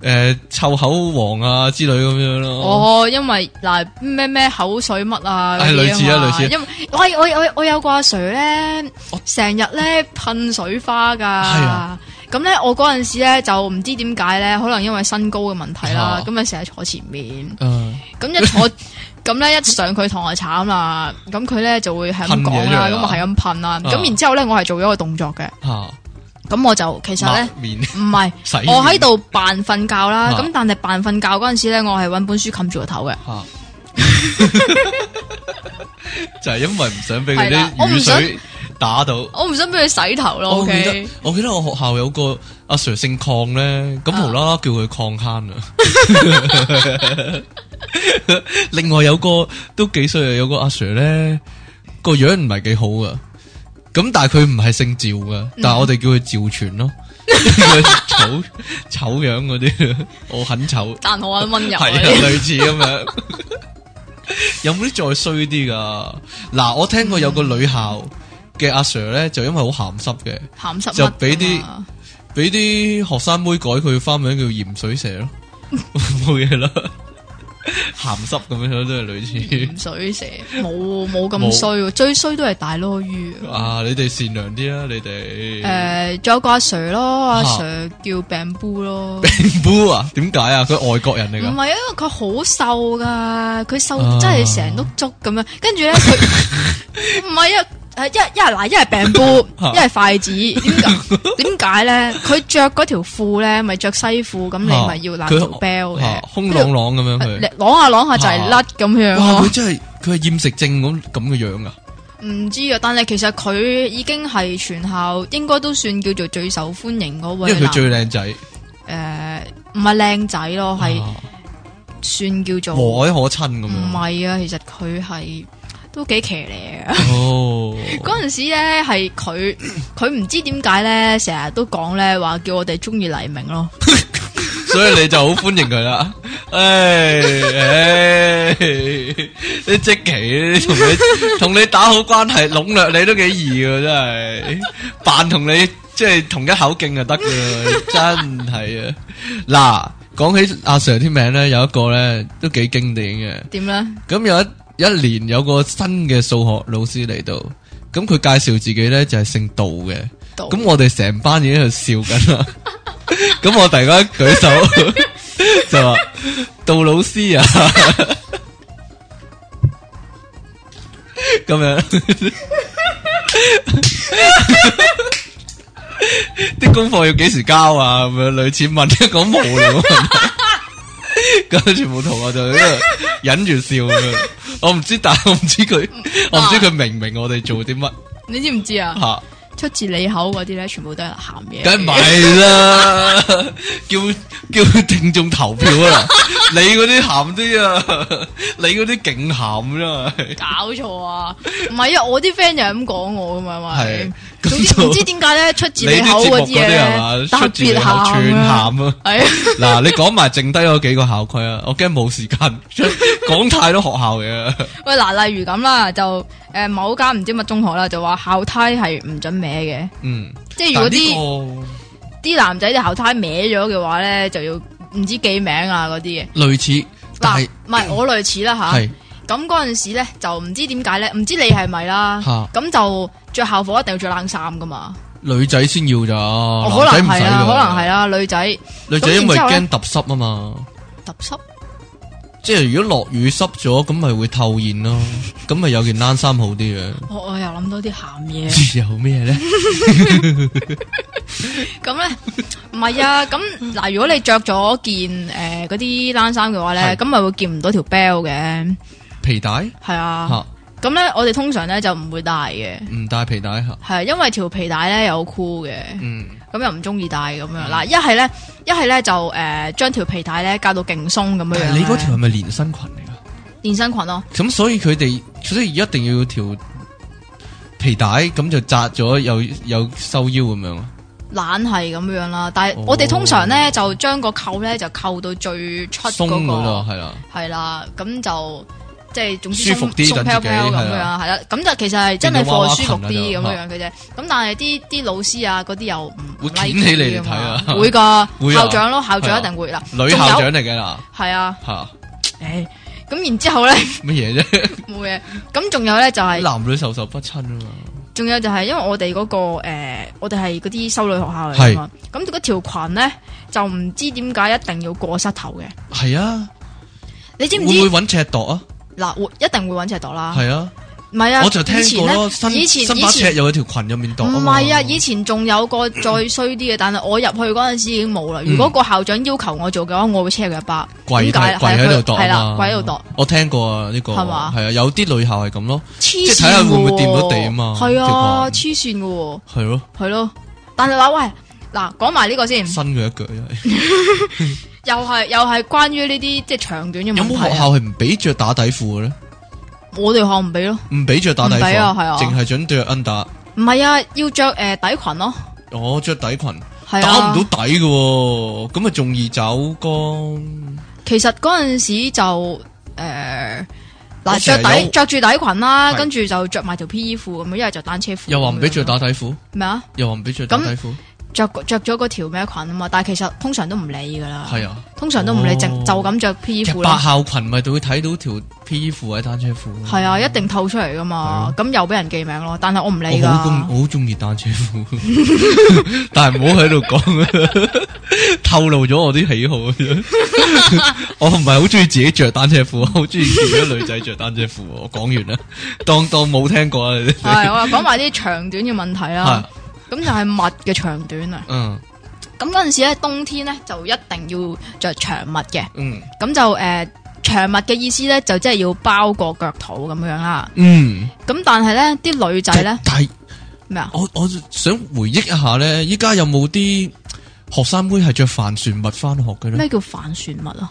S1: 诶臭口黃啊之類咁樣咯。
S2: 哦，因為嗱咩咩口水乜啊，
S1: 係類似啊類似啊
S2: 啊，因為我我我我有個阿 Sir 咧，成日咧噴水花㗎，
S1: 啊
S2: 咁咧我嗰陣時咧就唔知點解咧，可能因為身高嘅問題啦
S1: 啊，
S2: 咁啊成日坐前面。
S1: 嗯
S2: 咁一坐， 咁咧一上佢堂就慘啦，咁佢咧就會係咁講啦，
S1: 噴嘢出嚟
S2: 咁
S1: 啊
S2: 我係咁噴啦，
S1: 啊
S2: 咁然之後咧我係做咗個動作嘅，
S1: 吓，
S2: 咁我就其實咧
S1: 啊抹 面
S2: 唔係，
S1: 洗
S2: 我喺度扮瞓覺啦，
S1: 啊
S2: 咁但係扮瞓覺嗰陣時咧，我係揾本書冚住個頭嘅，
S1: 吓， 就係因為唔想俾佢
S2: 係啦
S1: 啲雨
S2: 我唔
S1: 水打到。
S2: 我唔想俾佢洗頭咯
S1: 哦我記得
S2: ，OK，
S1: 我記得我學校有個阿 Sir 姓邝咧，咁
S2: 啊
S1: 無啦啦叫佢邝坑啊。 另外有個都幾衰啊，有個阿 Sir 咧個樣唔係幾好噶，咁但係佢唔係姓趙
S2: 嗯
S1: 噶，但係我哋叫佢趙全咯， 因為佢醜醜樣嗰啲，我很醜，
S2: 但我揾温柔
S1: 係
S2: 啊
S1: 啊，類似咁樣。有冇啲再衰啲噶？嗱，我聽過有個女校嘅阿 Sir 咧，就因為好鹹濕嘅。
S2: 鹹濕乜㗎嘛啊
S1: 就俾啲俾啲學生妹改佢花名叫鹽水蛇咯， 冇嘢啦，鹹濕咁樣都係類
S2: 鹽嗯水蛇，冇冇咁衰喎，最衰都係大鱸魚。
S1: 似。啊，你哋善良啲啊，你哋。
S2: 诶，仲有個阿 Sir 咯，阿
S1: 啊
S2: Sir 叫病 b 咯。
S1: Boo 啊？點解啊？佢外國人嚟
S2: 唔
S1: 噶。
S2: 係啊，因為佢好瘦噶，佢瘦
S1: 啊
S2: 真係成碌竹咁樣，跟住咧 佢唔係啊。係一一係嗱，一係病 煲，
S1: 啊
S2: 一係筷子。點解 點解咧？佢着嗰條褲咧，咪着西褲，咁你
S1: 啊
S2: 咪要攬條 bell
S1: 啊
S2: 嘅，
S1: 空朗朗咁樣
S2: 你
S1: 佢。
S2: 攞下攞下就係甩咁樣
S1: 哇！
S2: 咯
S1: 佢。真係佢係厭食症咁咁嘅樣啊！
S2: 唔知啊，但係其實佢已經係全校應該都算叫做最受歡迎嗰
S1: 因
S2: 位
S1: 為佢
S2: 男。
S1: 最靚仔，
S2: 誒，唔係靚仔咯，係
S1: 啊
S2: 算叫做
S1: 和藹可親咁
S2: 唔
S1: 樣。
S2: 係啊，其實佢係都幾騎呢啊！
S1: 哦，
S2: 嗰陣時咧係 佢，佢唔知點解咧，成日都講咧話叫我哋中意黎明咯。
S1: 所以你就好歡迎佢啦。唉唉，你即期同你同你打好關係，籠掠你都幾易噶，真係扮同你即係同一口徑就得噶，真係啊！嗱，講起阿 Sir 啲名咧，有一個咧都幾經典嘅。
S2: 點咧？
S1: 咁有一一年有個新嘅數學老師嚟到，咁佢介紹自己咧就係姓杜嘅。
S2: 杜
S1: 咁我哋成班已經喺度笑緊啦。咁我突然間舉手就話：杜老師啊！咁样。啲功課要幾時交啊？咁樣類似問一講無聊嘅問題，咁全部同我就喺度忍住笑咁樣。我唔知，但係我唔知佢，我唔知佢明唔明我哋做啲乜
S2: 你知唔知啊？
S1: 吓？
S2: 出自你口嗰啲咧，全部都係鹹嘢。
S1: 梗唔係啦，叫叫聽眾投票啊！ 你嗰啲鹹啲啊，你嗰啲勁鹹啫。
S2: 搞錯啊！唔係啊，我啲 friend 就係咁講我噶嘛，咪
S1: 係。
S2: 總
S1: 咁
S2: 之
S1: 就
S2: 唔知點解咧，出自
S1: 你
S2: 你
S1: 啲
S2: 口
S1: 節
S2: 嗰
S1: 目
S2: 啲
S1: 嗰
S2: 嘢
S1: 啲係
S2: 咧
S1: 嘛？，
S2: 特
S1: 出自你
S2: 別
S1: 口串
S2: 鹹啊！
S1: 鹹啊！
S2: 係 啊，
S1: 嗱，你講埋剩低嗰幾個校規啊，我驚冇時間 講太多學校嘢。啊
S2: 喂嗱，例如咁啦，就誒某間唔知乜中學啦，就話校呔係唔準歪嘅，
S1: 嗯，
S2: 即係如果
S1: 但
S2: 啲
S1: 呢
S2: 啲男仔啲校呔歪咗嘅話咧，就要唔知記名啊嗰啲嘅。啊
S1: 個類似，但
S2: 嗱
S1: 係，嗯
S2: 唔係我類似啦吓，
S1: 係
S2: 咁嗰陣時咧就唔知點解咧，唔知你係咪啦，
S1: 嚇
S2: 咁就着校服一定要着冷衫噶嘛，
S1: 女仔先要咋，
S2: 哦
S1: 男
S2: 可
S1: 仔
S2: 能
S1: 唔
S2: 係
S1: 使
S2: 啦，
S1: 㗎
S2: 可能係啦，女仔
S1: 女仔因
S2: 咁
S1: 為
S2: 然
S1: 驚揼濕啊嘛，
S2: 揼濕。
S1: 即係如果落雨濕咗，咁咪會透現 咯，咁咪有件冷衫好啲嘅。
S2: 我我又諗到啲鹹嘢，
S1: 有咩 咧？
S2: 咁咧唔係啊，咁嗱，如果你着咗件诶嗰啲冷衫嘅話咧，
S1: 係
S2: 咁咪會見唔到條 bell 嘅，
S1: 皮帶
S2: 係啊，
S1: 吓，
S2: 咁咧我哋通常咧就唔會戴嘅，
S1: 唔帶皮帶吓，
S2: 係啊因為條皮帶咧又好酷嘅，
S1: 嗯，
S2: 咁又唔中意戴咁樣嗱，一係咧一係咧就诶将条皮帶咧教到勁鬆咁樣
S1: 但
S2: 樣
S1: 係
S2: 咧，
S1: 你嗰條係咪連身裙嚟噶？
S2: 連身裙咯，
S1: 咁所以佢哋所以一定要條皮帶咁就扎咗，又又收腰咁樣啊？
S2: 懶係咁樣啦，但係
S1: 哦
S2: 我哋通常咧就將個扣咧就扣到最出
S1: 鬆
S2: 嗰
S1: 嗰
S2: 個。
S1: 度係啦，
S2: 系啦，咁就即係總
S1: 舒
S2: 之
S1: 服啲
S2: 鬆鬆
S1: 等自己
S2: 飄飄咁
S1: 係
S2: 樣，
S1: 啦
S2: 係啦，咁就其實係真係
S1: 變咗娃
S2: 課
S1: 娃
S2: 舒服
S1: 裙啦
S2: 啲咁
S1: 就
S2: 樣樣嘅啫。咁但係啲啲老師啊嗰啲又唔唔
S1: 會
S2: like
S1: 掀起你
S2: 佢
S1: 嚟睇啊
S2: 㗎嘛會噶
S1: 會啊
S2: 校長咯，校
S1: 係
S2: 長
S1: 啊
S2: 一定會啦，
S1: 女
S2: 仲
S1: 校
S2: 有
S1: 長嚟嘅啦
S2: 係啊，
S1: 吓，
S2: 誒咁然之後咧
S1: 乜嘢啫？
S2: 冇嘢，咁仲有咧就 係，
S1: 男女授受不親啊嘛，
S2: 仲有就係因為我哋嗰個誒，我哋係嗰啲修女學校嚟㗎嘛，咁嗰條裙咧就唔知點解一定要過膝頭嘅，
S1: 係啊，
S2: 你知
S1: 會
S2: 唔
S1: 唔
S2: 知
S1: 會揾尺度啊？
S2: 嗱？會一定會揾尺度啦，
S1: 係啊，
S2: 唔係啊？
S1: 我就聽
S2: 以前
S1: 過
S2: 呢
S1: 咯，新
S2: 以前
S1: 新
S2: 以
S1: 把
S2: 前
S1: 尺有喺條裙入面度啊
S2: 唔
S1: 嘛。
S2: 係啊，以前仲有個再衰啲嘅，但係我入去嗰陣時已經冇啦。如果個校長要求我做嘅話，我會車佢一巴。
S1: 嗯跪
S2: 點解
S1: 喺跪喺度度
S2: 係
S1: 啊
S2: 啦
S1: 嘛，
S2: 跪喺度度。
S1: 我聽過啊，呢個
S2: 係嘛
S1: 係啊，有啲女校係咁咯，
S2: 黐
S1: 係
S2: 線
S1: 睇下會唔會
S2: 㗎
S1: 掂
S2: 喎
S1: 到地啊嘛
S2: 係
S1: 條
S2: 啊，黐線嘅喎，
S1: 係咯，
S2: 係咯。但係嗱，喂，嗱，講埋呢個先，
S1: 伸佢一腳因為
S2: 又係又係關於呢啲即係長短嘅
S1: 有冇
S2: 問
S1: 學
S2: 題啊。
S1: 校係唔俾着打底褲嘅咧？
S2: 我哋學校唔俾咯，
S1: 唔俾着打底
S2: 唔俾
S1: 褲
S2: 啊係啊
S1: 淨係準着 under。
S2: 唔係啊，要着誒底裙咯，
S1: 我着底裙，
S2: 係
S1: 打
S2: 啊
S1: 唔。到底嘅喎，咁咪仲易走光。
S2: 其實嗰陣時就誒
S1: 我
S2: 嗱
S1: 成
S2: 着
S1: 日
S2: 底
S1: 有
S2: 着住底裙啦，
S1: 係
S2: 跟住就着埋條 P.E. 褲咁樣，一係就單車褲咁樣咯。
S1: 又話唔俾着打底褲，
S2: 咩啊？
S1: 又話唔俾着打
S2: 咁
S1: 底褲，
S2: 着着咗嗰條咩裙啊嘛，但係其實通常都唔理噶啦，
S1: 係啊。
S2: 通常都唔理，
S1: 哦
S2: 淨就咁着 P E
S1: 其
S2: 褲
S1: 實白
S2: 啦，
S1: 校裙咪就會睇到條 P.E. 褲喺單車褲咯。
S2: 係啊，一定透出嚟噶嘛，咁又俾人記名咯，但係我唔理
S1: 我好中
S2: 噶，
S1: 我好中意單車褲， 但係唔好喺度講，啊透露咗我啲喜好。啊我唔係好中意自己着單車褲，我啊好中意見到女仔着單車褲。啊我講完啦，當當冇聽過啊！你哋
S2: 係我又講埋啲長短嘅問題
S1: 係
S2: 啦，咁就係襪嘅長短啊，
S1: 嗯
S2: 咁嗰陣時咧冬天咧就一定要着長襪嘅，
S1: 嗯
S2: 咁就誒長襪嘅意思咧就即係要包過腳肚咁樣啦，
S1: 嗯，
S2: 咁但係咧啲女仔咧
S1: 但但係
S2: 咩啊？
S1: 我我想回憶一下咧，依家有冇啲學生妹係着帆船襪翻學嘅咧？
S2: 咩叫帆船襪啊？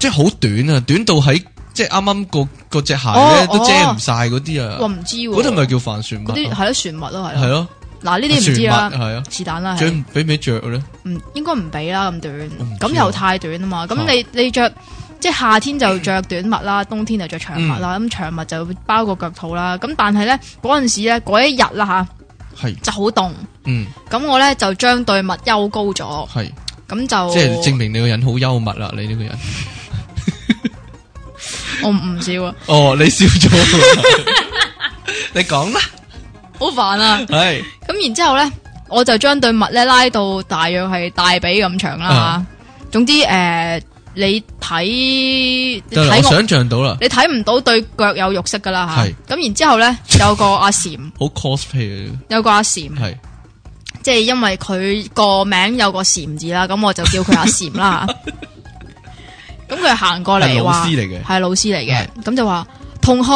S1: 即係好短啊，短到喺即係啱啱個個隻鞋
S2: 哦
S1: 咧都遮
S2: 哦
S1: 唔晒嗰啲
S2: 我
S1: 啊，
S2: 唔知喎，
S1: 嗰啲咪叫帆船
S2: 嗰
S1: 襪
S2: 啲係
S1: 啊，
S2: 咯船襪咯，係咯
S1: 係。咯。
S2: 嗱呢啲唔知啦，
S1: 係啊，
S2: 是但啦，
S1: 着
S2: 係
S1: 唔俾唔俾着咧？
S2: 唔應該唔俾啦咁短
S1: 我唔，知啊
S2: 咁又太短啊嘛。咁
S1: 啊
S2: 你你着即係夏天就着短 襪啦，冬天就着長襪
S1: 嗯
S2: 啦。咁長襪就包個腳肚啦。咁但係咧嗰陣時咧嗰一日啦
S1: 係，
S2: 吓就好凍，
S1: 嗯，
S2: 咁我咧就將對襪休高咗，
S1: 係，
S2: 咁就
S1: 即係證明你個人好幽默啦，你呢個 人。
S2: 我唔笑啊，
S1: 哦，你笑咗，你講啦，
S2: 好煩啊。
S1: 係，
S2: 咁然之後咧，我就將對襪咧拉到大約係大髀咁長啦
S1: 啊
S2: 嚇。總之誒呃你睇你
S1: 得啦我
S2: 睇我，
S1: 想象到啦，
S2: 你睇唔到對腳有肉色噶啦吓。
S1: 係
S2: 咁然之后咧，有個阿婵，
S1: 好 cosplay 啊，
S2: 有個阿婵，
S1: 系
S2: 即係因為佢個名有個婵字啦，咁我就叫佢阿 婵啦。咁佢行過
S1: 係
S2: 嚟
S1: 老
S2: 話
S1: 師嚟嘅
S2: 係老師嚟
S1: 係
S2: 嘅，咁就話同學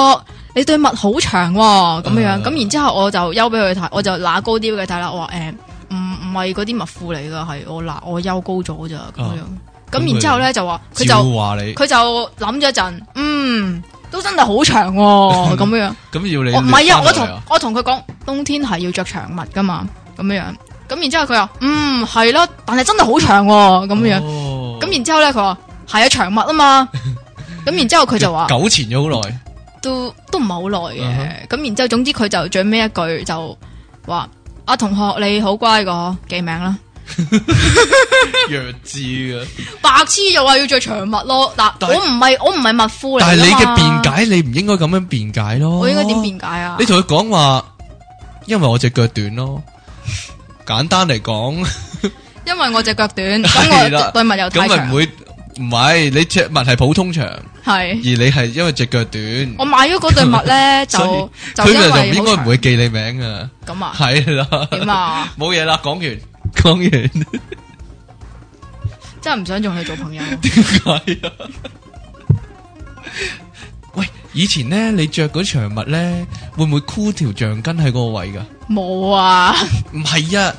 S2: 你對襪好長喎，咁樣
S1: 啊
S2: 樣，咁然之後我就休俾佢睇，我就揦高啲俾佢睇啦，我話誒唔唔係嗰啲襪褲嚟㗎，係我揦我休高咗咋咁
S1: 啊
S2: 樣，
S1: 咁
S2: 咁
S1: 佢
S2: 然之後咧就話佢
S1: 照
S2: 就
S1: 话你，
S2: 佢就諗咗一陣，嗯。都真係好 長喎，咁樣樣。
S1: 咁要你
S2: 我唔係啊，
S1: 你翻
S2: 我
S1: 落嚟
S2: 同我同佢講，冬天係要着長襪噶嘛，咁樣樣。咁然之後佢話，嗯係咯，但係真係好長喎，咁樣樣。
S1: 哦
S2: 咁然之後咧，佢話係啊長襪 啊嘛。咁然之後佢就話
S1: 纠缠 咗好耐，
S2: 都都唔係好耐
S1: 嗯
S2: 嘅。咁然之後總之佢就最尾一句就話：啊同學你好乖個，嗬記名啦。
S1: 弱智嘅。
S2: 白痴又話要着長襪咯。嗱，
S1: 但係
S2: 我唔係我唔係襪夫嚟㗎嘛。
S1: 但系你嘅辯解，你唔應該咁樣辯解咯。
S2: 我應該點？辯解啊
S1: 你？同佢講話，因為我隻腳短咯。簡單嚟講，
S2: 因為我隻 腳短，
S1: 係
S2: 咁
S1: 啦
S2: 我對襪又太
S1: 咁咪唔
S2: 長，
S1: 會唔係你着襪係普通長，而
S2: 係。
S1: 你係因為隻腳短，
S2: 我買咗嗰對襪 咧，就
S1: 所以
S2: 就
S1: 佢
S2: 因
S1: 咪就
S2: 為
S1: 應
S2: 好
S1: 該唔
S2: 長
S1: 會記你名啊。
S2: 咁啊，
S1: 係啦，
S2: 點 啊，
S1: 冇嘢啦，講完講完，
S2: 真係唔想仲去做朋友。
S1: 點解啊？喂，以前咧你着嗰長襪咧，會唔會箍條橡筋喺嗰個位噶？
S2: 冇啊，
S1: 唔係啊。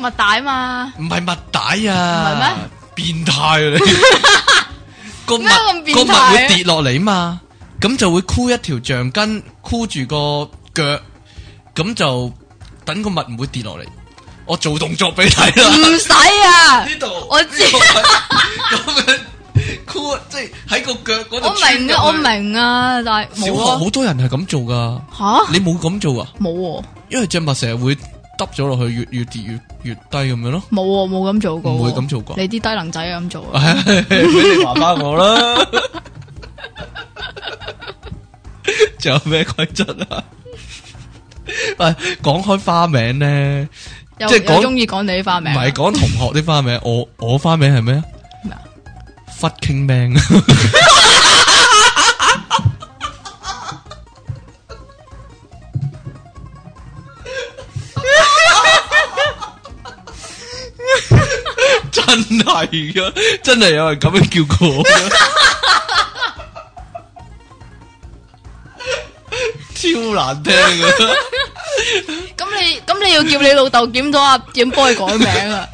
S2: 襪帶嘛，
S1: 唔係襪帶啊，變態啊 你個
S2: 咩咁
S1: 襪
S2: 變
S1: 個
S2: 態
S1: 襪
S2: 啊
S1: 會跌落嚟嘛，咁就會箍一條橡筋箍住個腳，咁就等個襪唔會跌落嚟。我做動作俾你睇
S2: 唔
S1: 啦，
S2: 使啊，
S1: 呢度
S2: 嗯我知
S1: 呢度 咁樣箍，即係喺個腳嗰度
S2: 我明啊，
S1: 穿入
S2: 我
S1: 去。
S2: 明啊，但係
S1: 小學
S2: 冇啊，
S1: 好多人係咁做噶，
S2: 吓
S1: 你冇咁做啊？
S2: 冇喎，
S1: 因為隻襪成日會耷咗落去，越越跌越越低咁樣咯。
S2: 冇喎，冇咁做過喎，
S1: 唔會咁做過
S2: 你啲低能仔咁做啊，
S1: 俾你話翻我啦。仲有咩規則啊？喂，講開花名咧，
S2: 又
S1: 即係講
S2: 又中意講你啲花
S1: 唔
S2: 名啊，
S1: 係講同學啲花名，我我花名係咩啊
S2: 咩啊
S1: ？fucking man，真係噶，真係有人咁樣叫過我㗎。超難聽啊！
S2: 咁你咁你要叫你老豆檢到阿點幫佢改 名啊，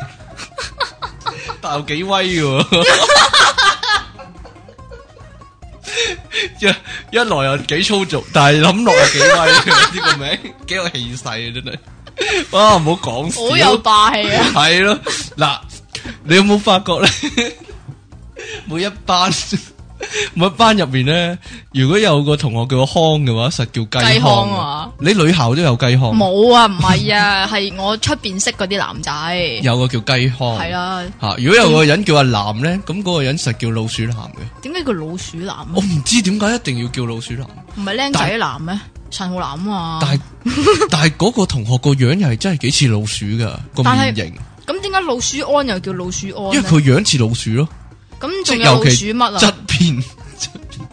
S1: 但又幾威嘅喎，一一來又幾粗俗，但係諗落又幾威嘅呢個名，幾有氣勢啊！真係，哇唔好講
S2: 好有
S1: 笑，
S2: 霸氣啊，
S1: 係咯，嗱，你有冇發覺咧？每一班每一班入面咧，如果有個同學叫我康嘅話，實叫雞康
S2: 雞康啊！
S1: 你女校都有雞康，
S2: 冇啊，唔係啊，係我出邊識嗰啲男仔，
S1: 有個叫雞康，
S2: 係啦。
S1: 吓，如果有個人叫阿南咧，咁嗰個人實叫老鼠男嘅。
S2: 點解叫老鼠男啊？
S1: 我唔知點解一定要叫老鼠男，
S2: 唔係僆仔男咩？陳浩南啊嘛。
S1: 但係 但係嗰個同學個樣又係真係幾似老鼠噶個
S2: 但
S1: 面
S2: 係
S1: 型，
S2: 咁點解老鼠安又啊叫老鼠安
S1: 因為
S2: 呢？
S1: 佢樣似老鼠咯，
S2: 咁
S1: 即
S2: 仲
S1: 係
S2: 有老
S1: 尤
S2: 鼠
S1: 其
S2: 乜
S1: 側
S2: 啊？
S1: 面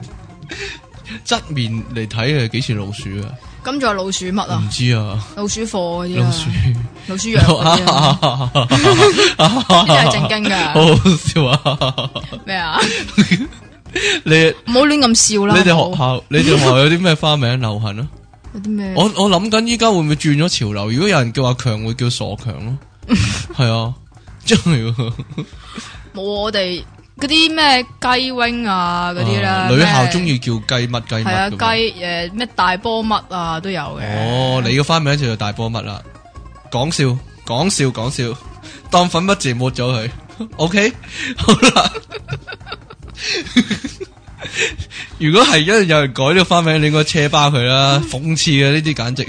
S1: 側面嚟睇係幾似老鼠啊？
S2: 咁仲有老鼠乜
S1: 唔
S2: 啊？
S1: 知啊，
S2: 老鼠貨嗰啲啊，
S1: 老鼠
S2: 老鼠藥 嗰啲啊，呢啲係正經
S1: 好
S2: 噶
S1: 好笑啊！
S2: 咩啊？
S1: 你
S2: 唔好亂咁笑
S1: 你
S2: 啦。
S1: 哋
S2: 好唔
S1: 學
S2: 好
S1: 校你哋學校有啲咩花名流行啊？
S2: 有啲咩？
S1: 我我谂紧依家会唔会转咗潮流？如果有人叫阿强，會叫傻強咯， 係啊，真係喎
S2: 冇啊我哋嗰啲咩雞 wing 啊嗰啲
S1: 啊
S2: 啦。
S1: 女校
S2: 咩
S1: 中意叫雞乜雞乜
S2: 係啊
S1: 咁樣
S2: 雞诶咩大波乜啊都有嘅。
S1: 哦，你個花名就叫大波乜啦，講笑講笑講笑，當粉筆字抹咗佢。OK，好 啦。如果係因為有人改呢個花名，你應該車巴佢啦，諷刺啊嘅呢啲簡直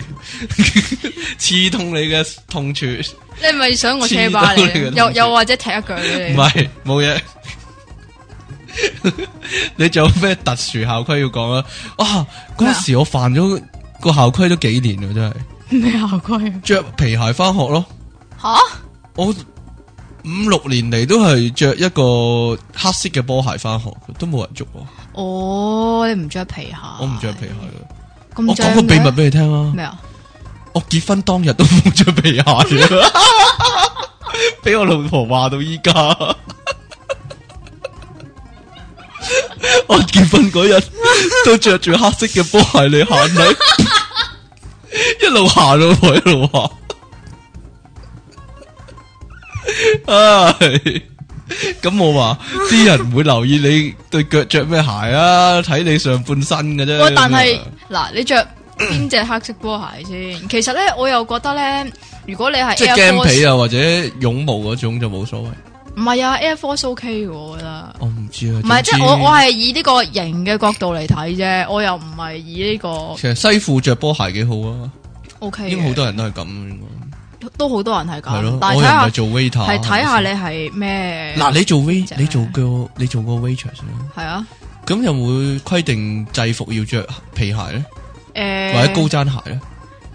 S1: 刺痛你嘅痛處。
S2: 你係咪想我車巴你
S1: 黐到你
S2: 啊？
S1: 嘅
S2: 又
S1: 腦
S2: 又或者踢一腳
S1: 唔
S2: 俾你？
S1: 係冇嘢。 你仲有咩特殊校規要講啊？啊，嗰陣時我犯咗個校規都幾年啦，真係
S2: 咩校規啊？
S1: 着皮鞋翻學咯。
S2: 吓？
S1: 我五六年嚟都系着一个黑色嘅波鞋翻学，都冇人捉我，
S2: 哦，你唔着皮鞋？
S1: 我唔着皮鞋嘅。
S2: 咁
S1: 我
S2: 張
S1: 讲个哦秘密
S2: 嘅
S1: 俾你听啊！
S2: 咩啊？
S1: 我结婚当日都冇着皮鞋， 俾我老婆话到依家。 我结婚嗰日都着住黑色嘅波鞋嚟 行禮，一路行老婆一路話：唉，咁我話啲人唔會留意你對腳着咩鞋啊，睇你上半身嘅啫。
S2: 哦喂，但
S1: 咁
S2: 係
S1: 啊
S2: 嗱，你着邊只黑色波鞋先？其實咧，我又覺得咧，如果你係
S1: 即系
S2: Air
S1: 驚皮
S2: Force，
S1: 啊，或者絨毛嗰種就冇所謂。
S2: 唔係啊，Air Force OK 嘅，我覺得。
S1: 我唔知啊，
S2: 唔係，即
S1: 總之
S2: 係我我係以呢個型嘅角度嚟睇啫，我又唔係以呢個
S1: 其實西褲着波鞋幾好啊，
S2: OK
S1: 應該好
S2: 嘅，
S1: 多人都係咁，應
S2: 都好多人係
S1: 該係
S2: 咁
S1: 咯。，
S2: 但
S1: 我
S2: 係
S1: 又唔
S2: 睇下
S1: 係做 waiter，啊
S2: 係睇下
S1: 係咪
S2: 你係咩
S1: 先嗱，你做 wait，
S2: 啫
S1: 你做過你做過 waitress 啦，
S2: 係啊，
S1: 咁有冇規定制服要着皮鞋咧，
S2: 誒
S1: 或者高踭鞋咧？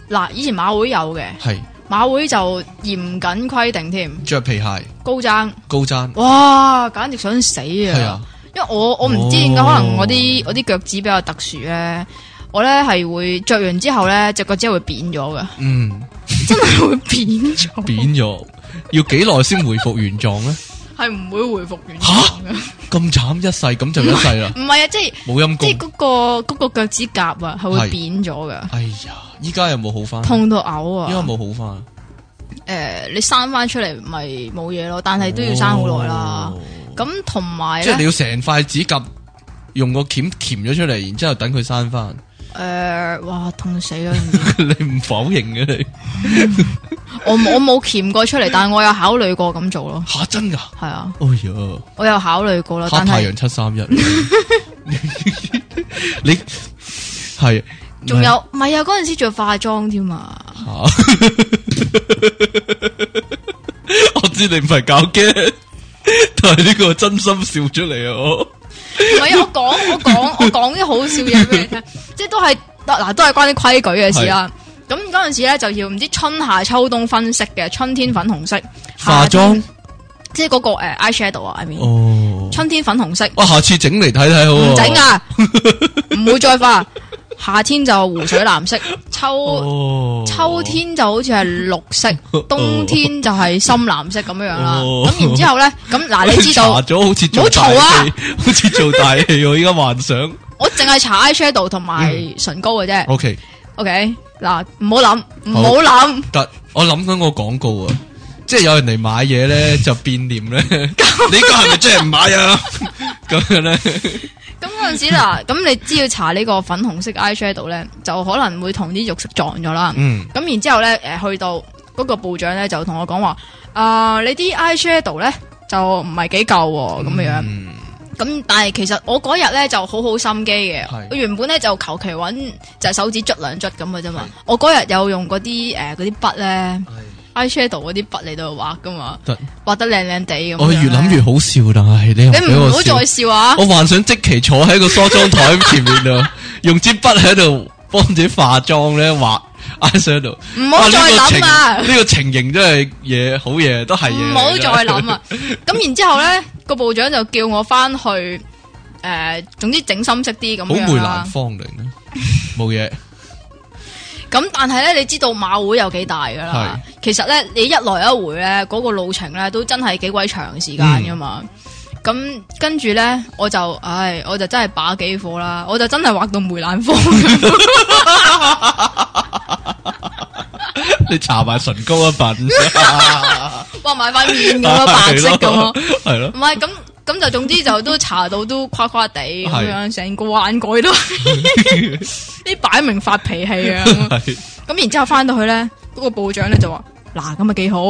S2: 嗱，以前馬會有嘅，
S1: 係
S2: 馬會就嚴謹規定添，
S1: 着皮鞋
S2: 高踭，
S1: 高踭，
S2: 哇，簡直想死
S1: 係啊，
S2: 因為我我唔知點解，
S1: 哦
S2: 可能我啲我啲腳趾比較特殊咧，我咧係會着完之後咧，只腳趾係會扁咗 噶，
S1: 嗯，
S2: 真係會扁咗，
S1: 扁咗，要幾耐先回復原狀咧？
S2: 係唔會回復原狀嘅。
S1: 咁慘一世，咁就一世 啦，
S2: 唔係啊，即係
S1: 冇陰
S2: 即係
S1: 功。
S2: 嗰、個嗰、個腳趾甲啊，係會
S1: 係
S2: 扁咗噶，
S1: 哎呀，依家有冇好翻？
S2: 痛到嘔
S1: 依家
S2: 啊！
S1: 冇好翻，
S2: 誒、你生翻出嚟咪冇嘢咯，但係都要生好耐啦。
S1: 哦
S2: 咁同埋
S1: 即系你
S2: 咧，
S1: 要成块指甲用个钳钳咗出嚟，然之后等佢生翻。
S2: 誒、哇，痛死啦！
S1: 你唔否认嘅你
S2: 我我冇鉗過出嚟，但係我有考慮過咁做咯，
S1: 吓真噶？
S2: 係啊，
S1: 哎呀，
S2: 我有考慮過啦，
S1: 黑
S2: 但
S1: 太
S2: 係
S1: 阳七 三一，你系
S2: 仲有唔係啊？嗰陣時仲要化妝添啊！
S1: 吓？ 我知你唔系搞嘅， 但系呢个真心笑出嚟啊！我
S2: 唔係啊， 我講我講我講啲好笑嘢俾你聽，即係都係嗱都係關啲規矩嘅事啦。咁嗰陣時咧就要唔知春夏秋冬分色嘅，春天粉紅色，
S1: 化
S2: 夏天
S1: 妝
S2: 即係嗰個誒 eye shadow 啊，I mean
S1: 哦，
S2: 春天粉紅色
S1: 哇！下次整嚟睇睇好
S2: 唔
S1: 喎
S2: 整！ 啊，唔會再化。夏天就湖水藍色，秋
S1: 哦，
S2: 秋天就好似係綠 色，冬天就係深藍色咁樣樣啦。
S1: 哦
S2: 咁然之後咧，咁嗱啊你知
S1: 查
S2: 道，
S1: 哎咗好似做大
S2: 唔好嘈啊
S1: 戲，好似做大戲我依家幻 想。
S2: 我淨係搽 eye shadow 同埋
S1: 嗯
S2: 唇膏嘅啫。
S1: O K，
S2: OK，嗱，唔好谂，唔好谂，
S1: 得我諗緊個廣告啊，即係有人嚟買嘢咧就變臉 咧，你家係咪真係唔買啊？ 咁樣咧，
S2: 咁嗰阵时 嗱，咁你只要搽呢個粉紅色 eye shadow 咧，就可能會同啲肉色撞咗啦。
S1: 嗯，
S2: 咁然之后咧，诶，去到嗰個部長咧就同我講話，啊，你啲 eye shadow 咧就唔係幾夠喎，咁樣。
S1: 嗯
S2: 咁但係其實我嗰日咧就好好心機嘅
S1: 係，
S2: 我原本咧就求其揾就係手指捽兩捽咁嘅啫嘛。我嗰日有用嗰啲诶嗰啲筆咧，eye shadow 嗰啲筆嚟到畫噶嘛
S1: 得，
S2: 畫得靚靚地咁樣呢。
S1: 我越諗越好笑，但係你又
S2: 你
S1: 俾
S2: 唔
S1: 我
S2: 好
S1: 笑哦
S2: 再，笑啊！
S1: 我幻想即期坐喺個梳妝台前面 度，用支筆喺度幫自己化妝咧畫 eyeshadow。
S2: 唔
S1: 哇
S2: 好
S1: 呢
S2: 再
S1: 個情
S2: 諗啊！
S1: 呢個情形真係嘢好嘢，都係嘢。
S2: 唔好再諗！啊！咁然之后咧，個部長就叫我翻去诶、呃，总之整深色啲咁
S1: 好梅
S2: 樣啊
S1: 蘭
S2: 啦。
S1: 芳嚟嘅，冇 嘢。
S2: 咁但係咧，你知道馬會有幾大噶啦？其實咧，你一來一回咧，嗰、個路程咧都真係幾鬼長時間噶嘛。
S1: 嗯
S2: 咁、跟住咧，我就唉，我就真係把幾火啦，我就真係畫到梅蘭芳。
S1: 你搽埋唇膏一 品，
S2: 畫埋塊面咁
S1: Ờ,
S2: 樣白色咁咯。
S1: 係 咯，
S2: 唔係咁咁就總之就都查到都夸夸地咁樣，成個幻改都 係呢擺明發脾氣啊！
S1: 係
S2: 咁
S1: 咯，
S2: 咁然之後翻到去咧，嗰、個部長咧就話：嗱，咁啊幾 好，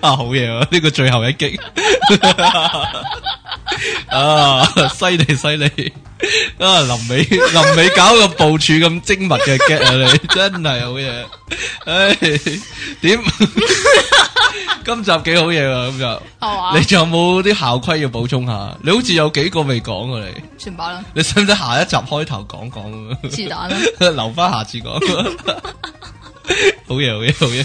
S1: 啊好嘢啊！呢個最後一 擊啊，犀利犀利啊！臨尾臨尾搞個部署咁精密嘅 get 啊，你真係好嘢！唉， 點今集幾好嘢啊！今集
S2: 係
S1: 你
S2: 嘛？
S1: 仲有冇啲校規要補充下？你好似有幾個未講啊！你
S2: 算 吧啦，
S1: 你 使唔使下一集開頭講講咁樣？
S2: 是但啦。
S1: 留翻下次講。 好嘢，好嘢，好嘢。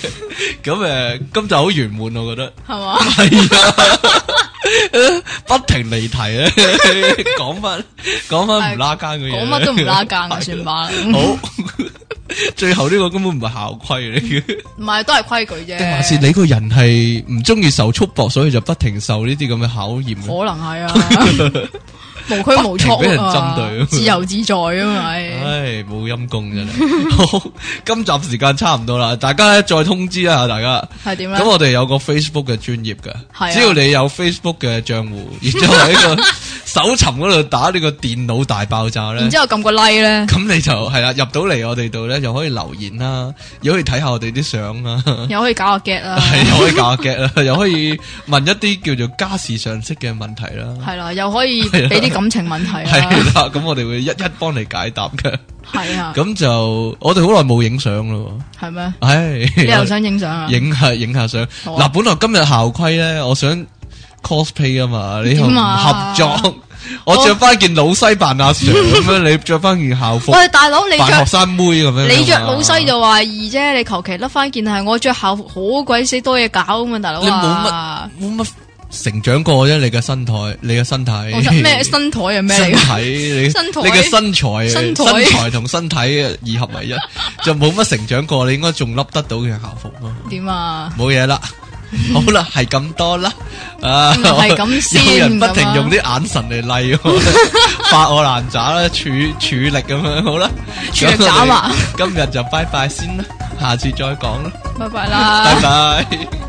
S1: 咁诶，今集好圓滿，我覺得。
S2: 系 嘛？
S1: 係啊， 不停離題啊， 講翻講翻唔拉更嘅嘢，
S2: 講乜都唔拉更啊，算吧啦。
S1: 好， 最後呢個根本唔係校規嚟嘅，
S2: 唔係都係規矩啫。
S1: 定還是你個人係唔中意受束縛，所以就不停受呢啲咁嘅考驗
S2: 可能係啊， 無拘
S1: 不
S2: 無束
S1: 停俾人
S2: 啊
S1: 針
S2: 嘛，
S1: 對
S2: 自由自在啊嘛。係
S1: 唉，冇陰功真係。好，今集時間差唔多啦，大家咧再通知一下大家。
S2: 係點啊
S1: 咁
S2: 咧？
S1: 我哋有個 Facebook 嘅專頁
S2: 係啊
S1: 嘅，只要你有 Facebook 嘅賬戶，然之後喺個搜尋嗰度打呢個電腦大爆炸咧
S2: 然。之後撳個 like 咧，
S1: 咁你就係啦，入到嚟我哋度咧，又可以留言啦，又可以睇下我哋啲相啦，
S2: 又可以搞下 get 啊啦，
S1: 係又可以搞 get 啦，又可以問一啲叫做家事常識嘅問題啦，
S2: 係啦，又可以
S1: 啊
S2: 俾啲感情問啊題
S1: 係
S2: 啦，
S1: 啦，咁我哋會一一幫你解答嘅。
S2: 係
S1: 啊
S2: 啊，
S1: 咁就我哋好耐冇影相咯
S2: 係咩？
S1: 喎，唉，
S2: 你又想影相啊？
S1: 影下影下相。
S2: 好啊
S1: 嗱，本來今日校規咧，我想 cosplay 啊嘛，你又唔
S2: 點啊
S1: 合作，我着翻件老西扮阿 Sir 咁樣，你着翻件校服
S2: 喂，大佬你
S1: 扮學
S2: 着
S1: 生妹咁樣啊嘛。
S2: 你着老西就話易啫，你求其甩翻件哎係我着校服好鬼死多嘢搞咁嘛，大佬
S1: 你
S2: 啊！
S1: 冇乜成長過啫，你嘅身體，你嘅身體
S2: 我想 咩新台係咩
S1: 身
S2: 嚟㗎？
S1: 體，你
S2: 身體
S1: 你嘅身材，
S2: 身
S1: 身
S2: 體
S1: 材同身體二合為一，就冇乜成長過，你應該仲笠得到嘅校服咯。
S2: 點啊？
S1: 冇 嘢啦，好啦，系咁多啦，啊，
S2: 唔係咁先
S1: 有人不
S2: 咁啊
S1: 停用啲眼神嚟 例我，發我爛渣啦，處處力咁樣，好啦，
S2: 處力斬啊
S1: 咁我哋今日就拜拜先啦，下次再講啦，
S2: 拜拜啦
S1: 拜。拜。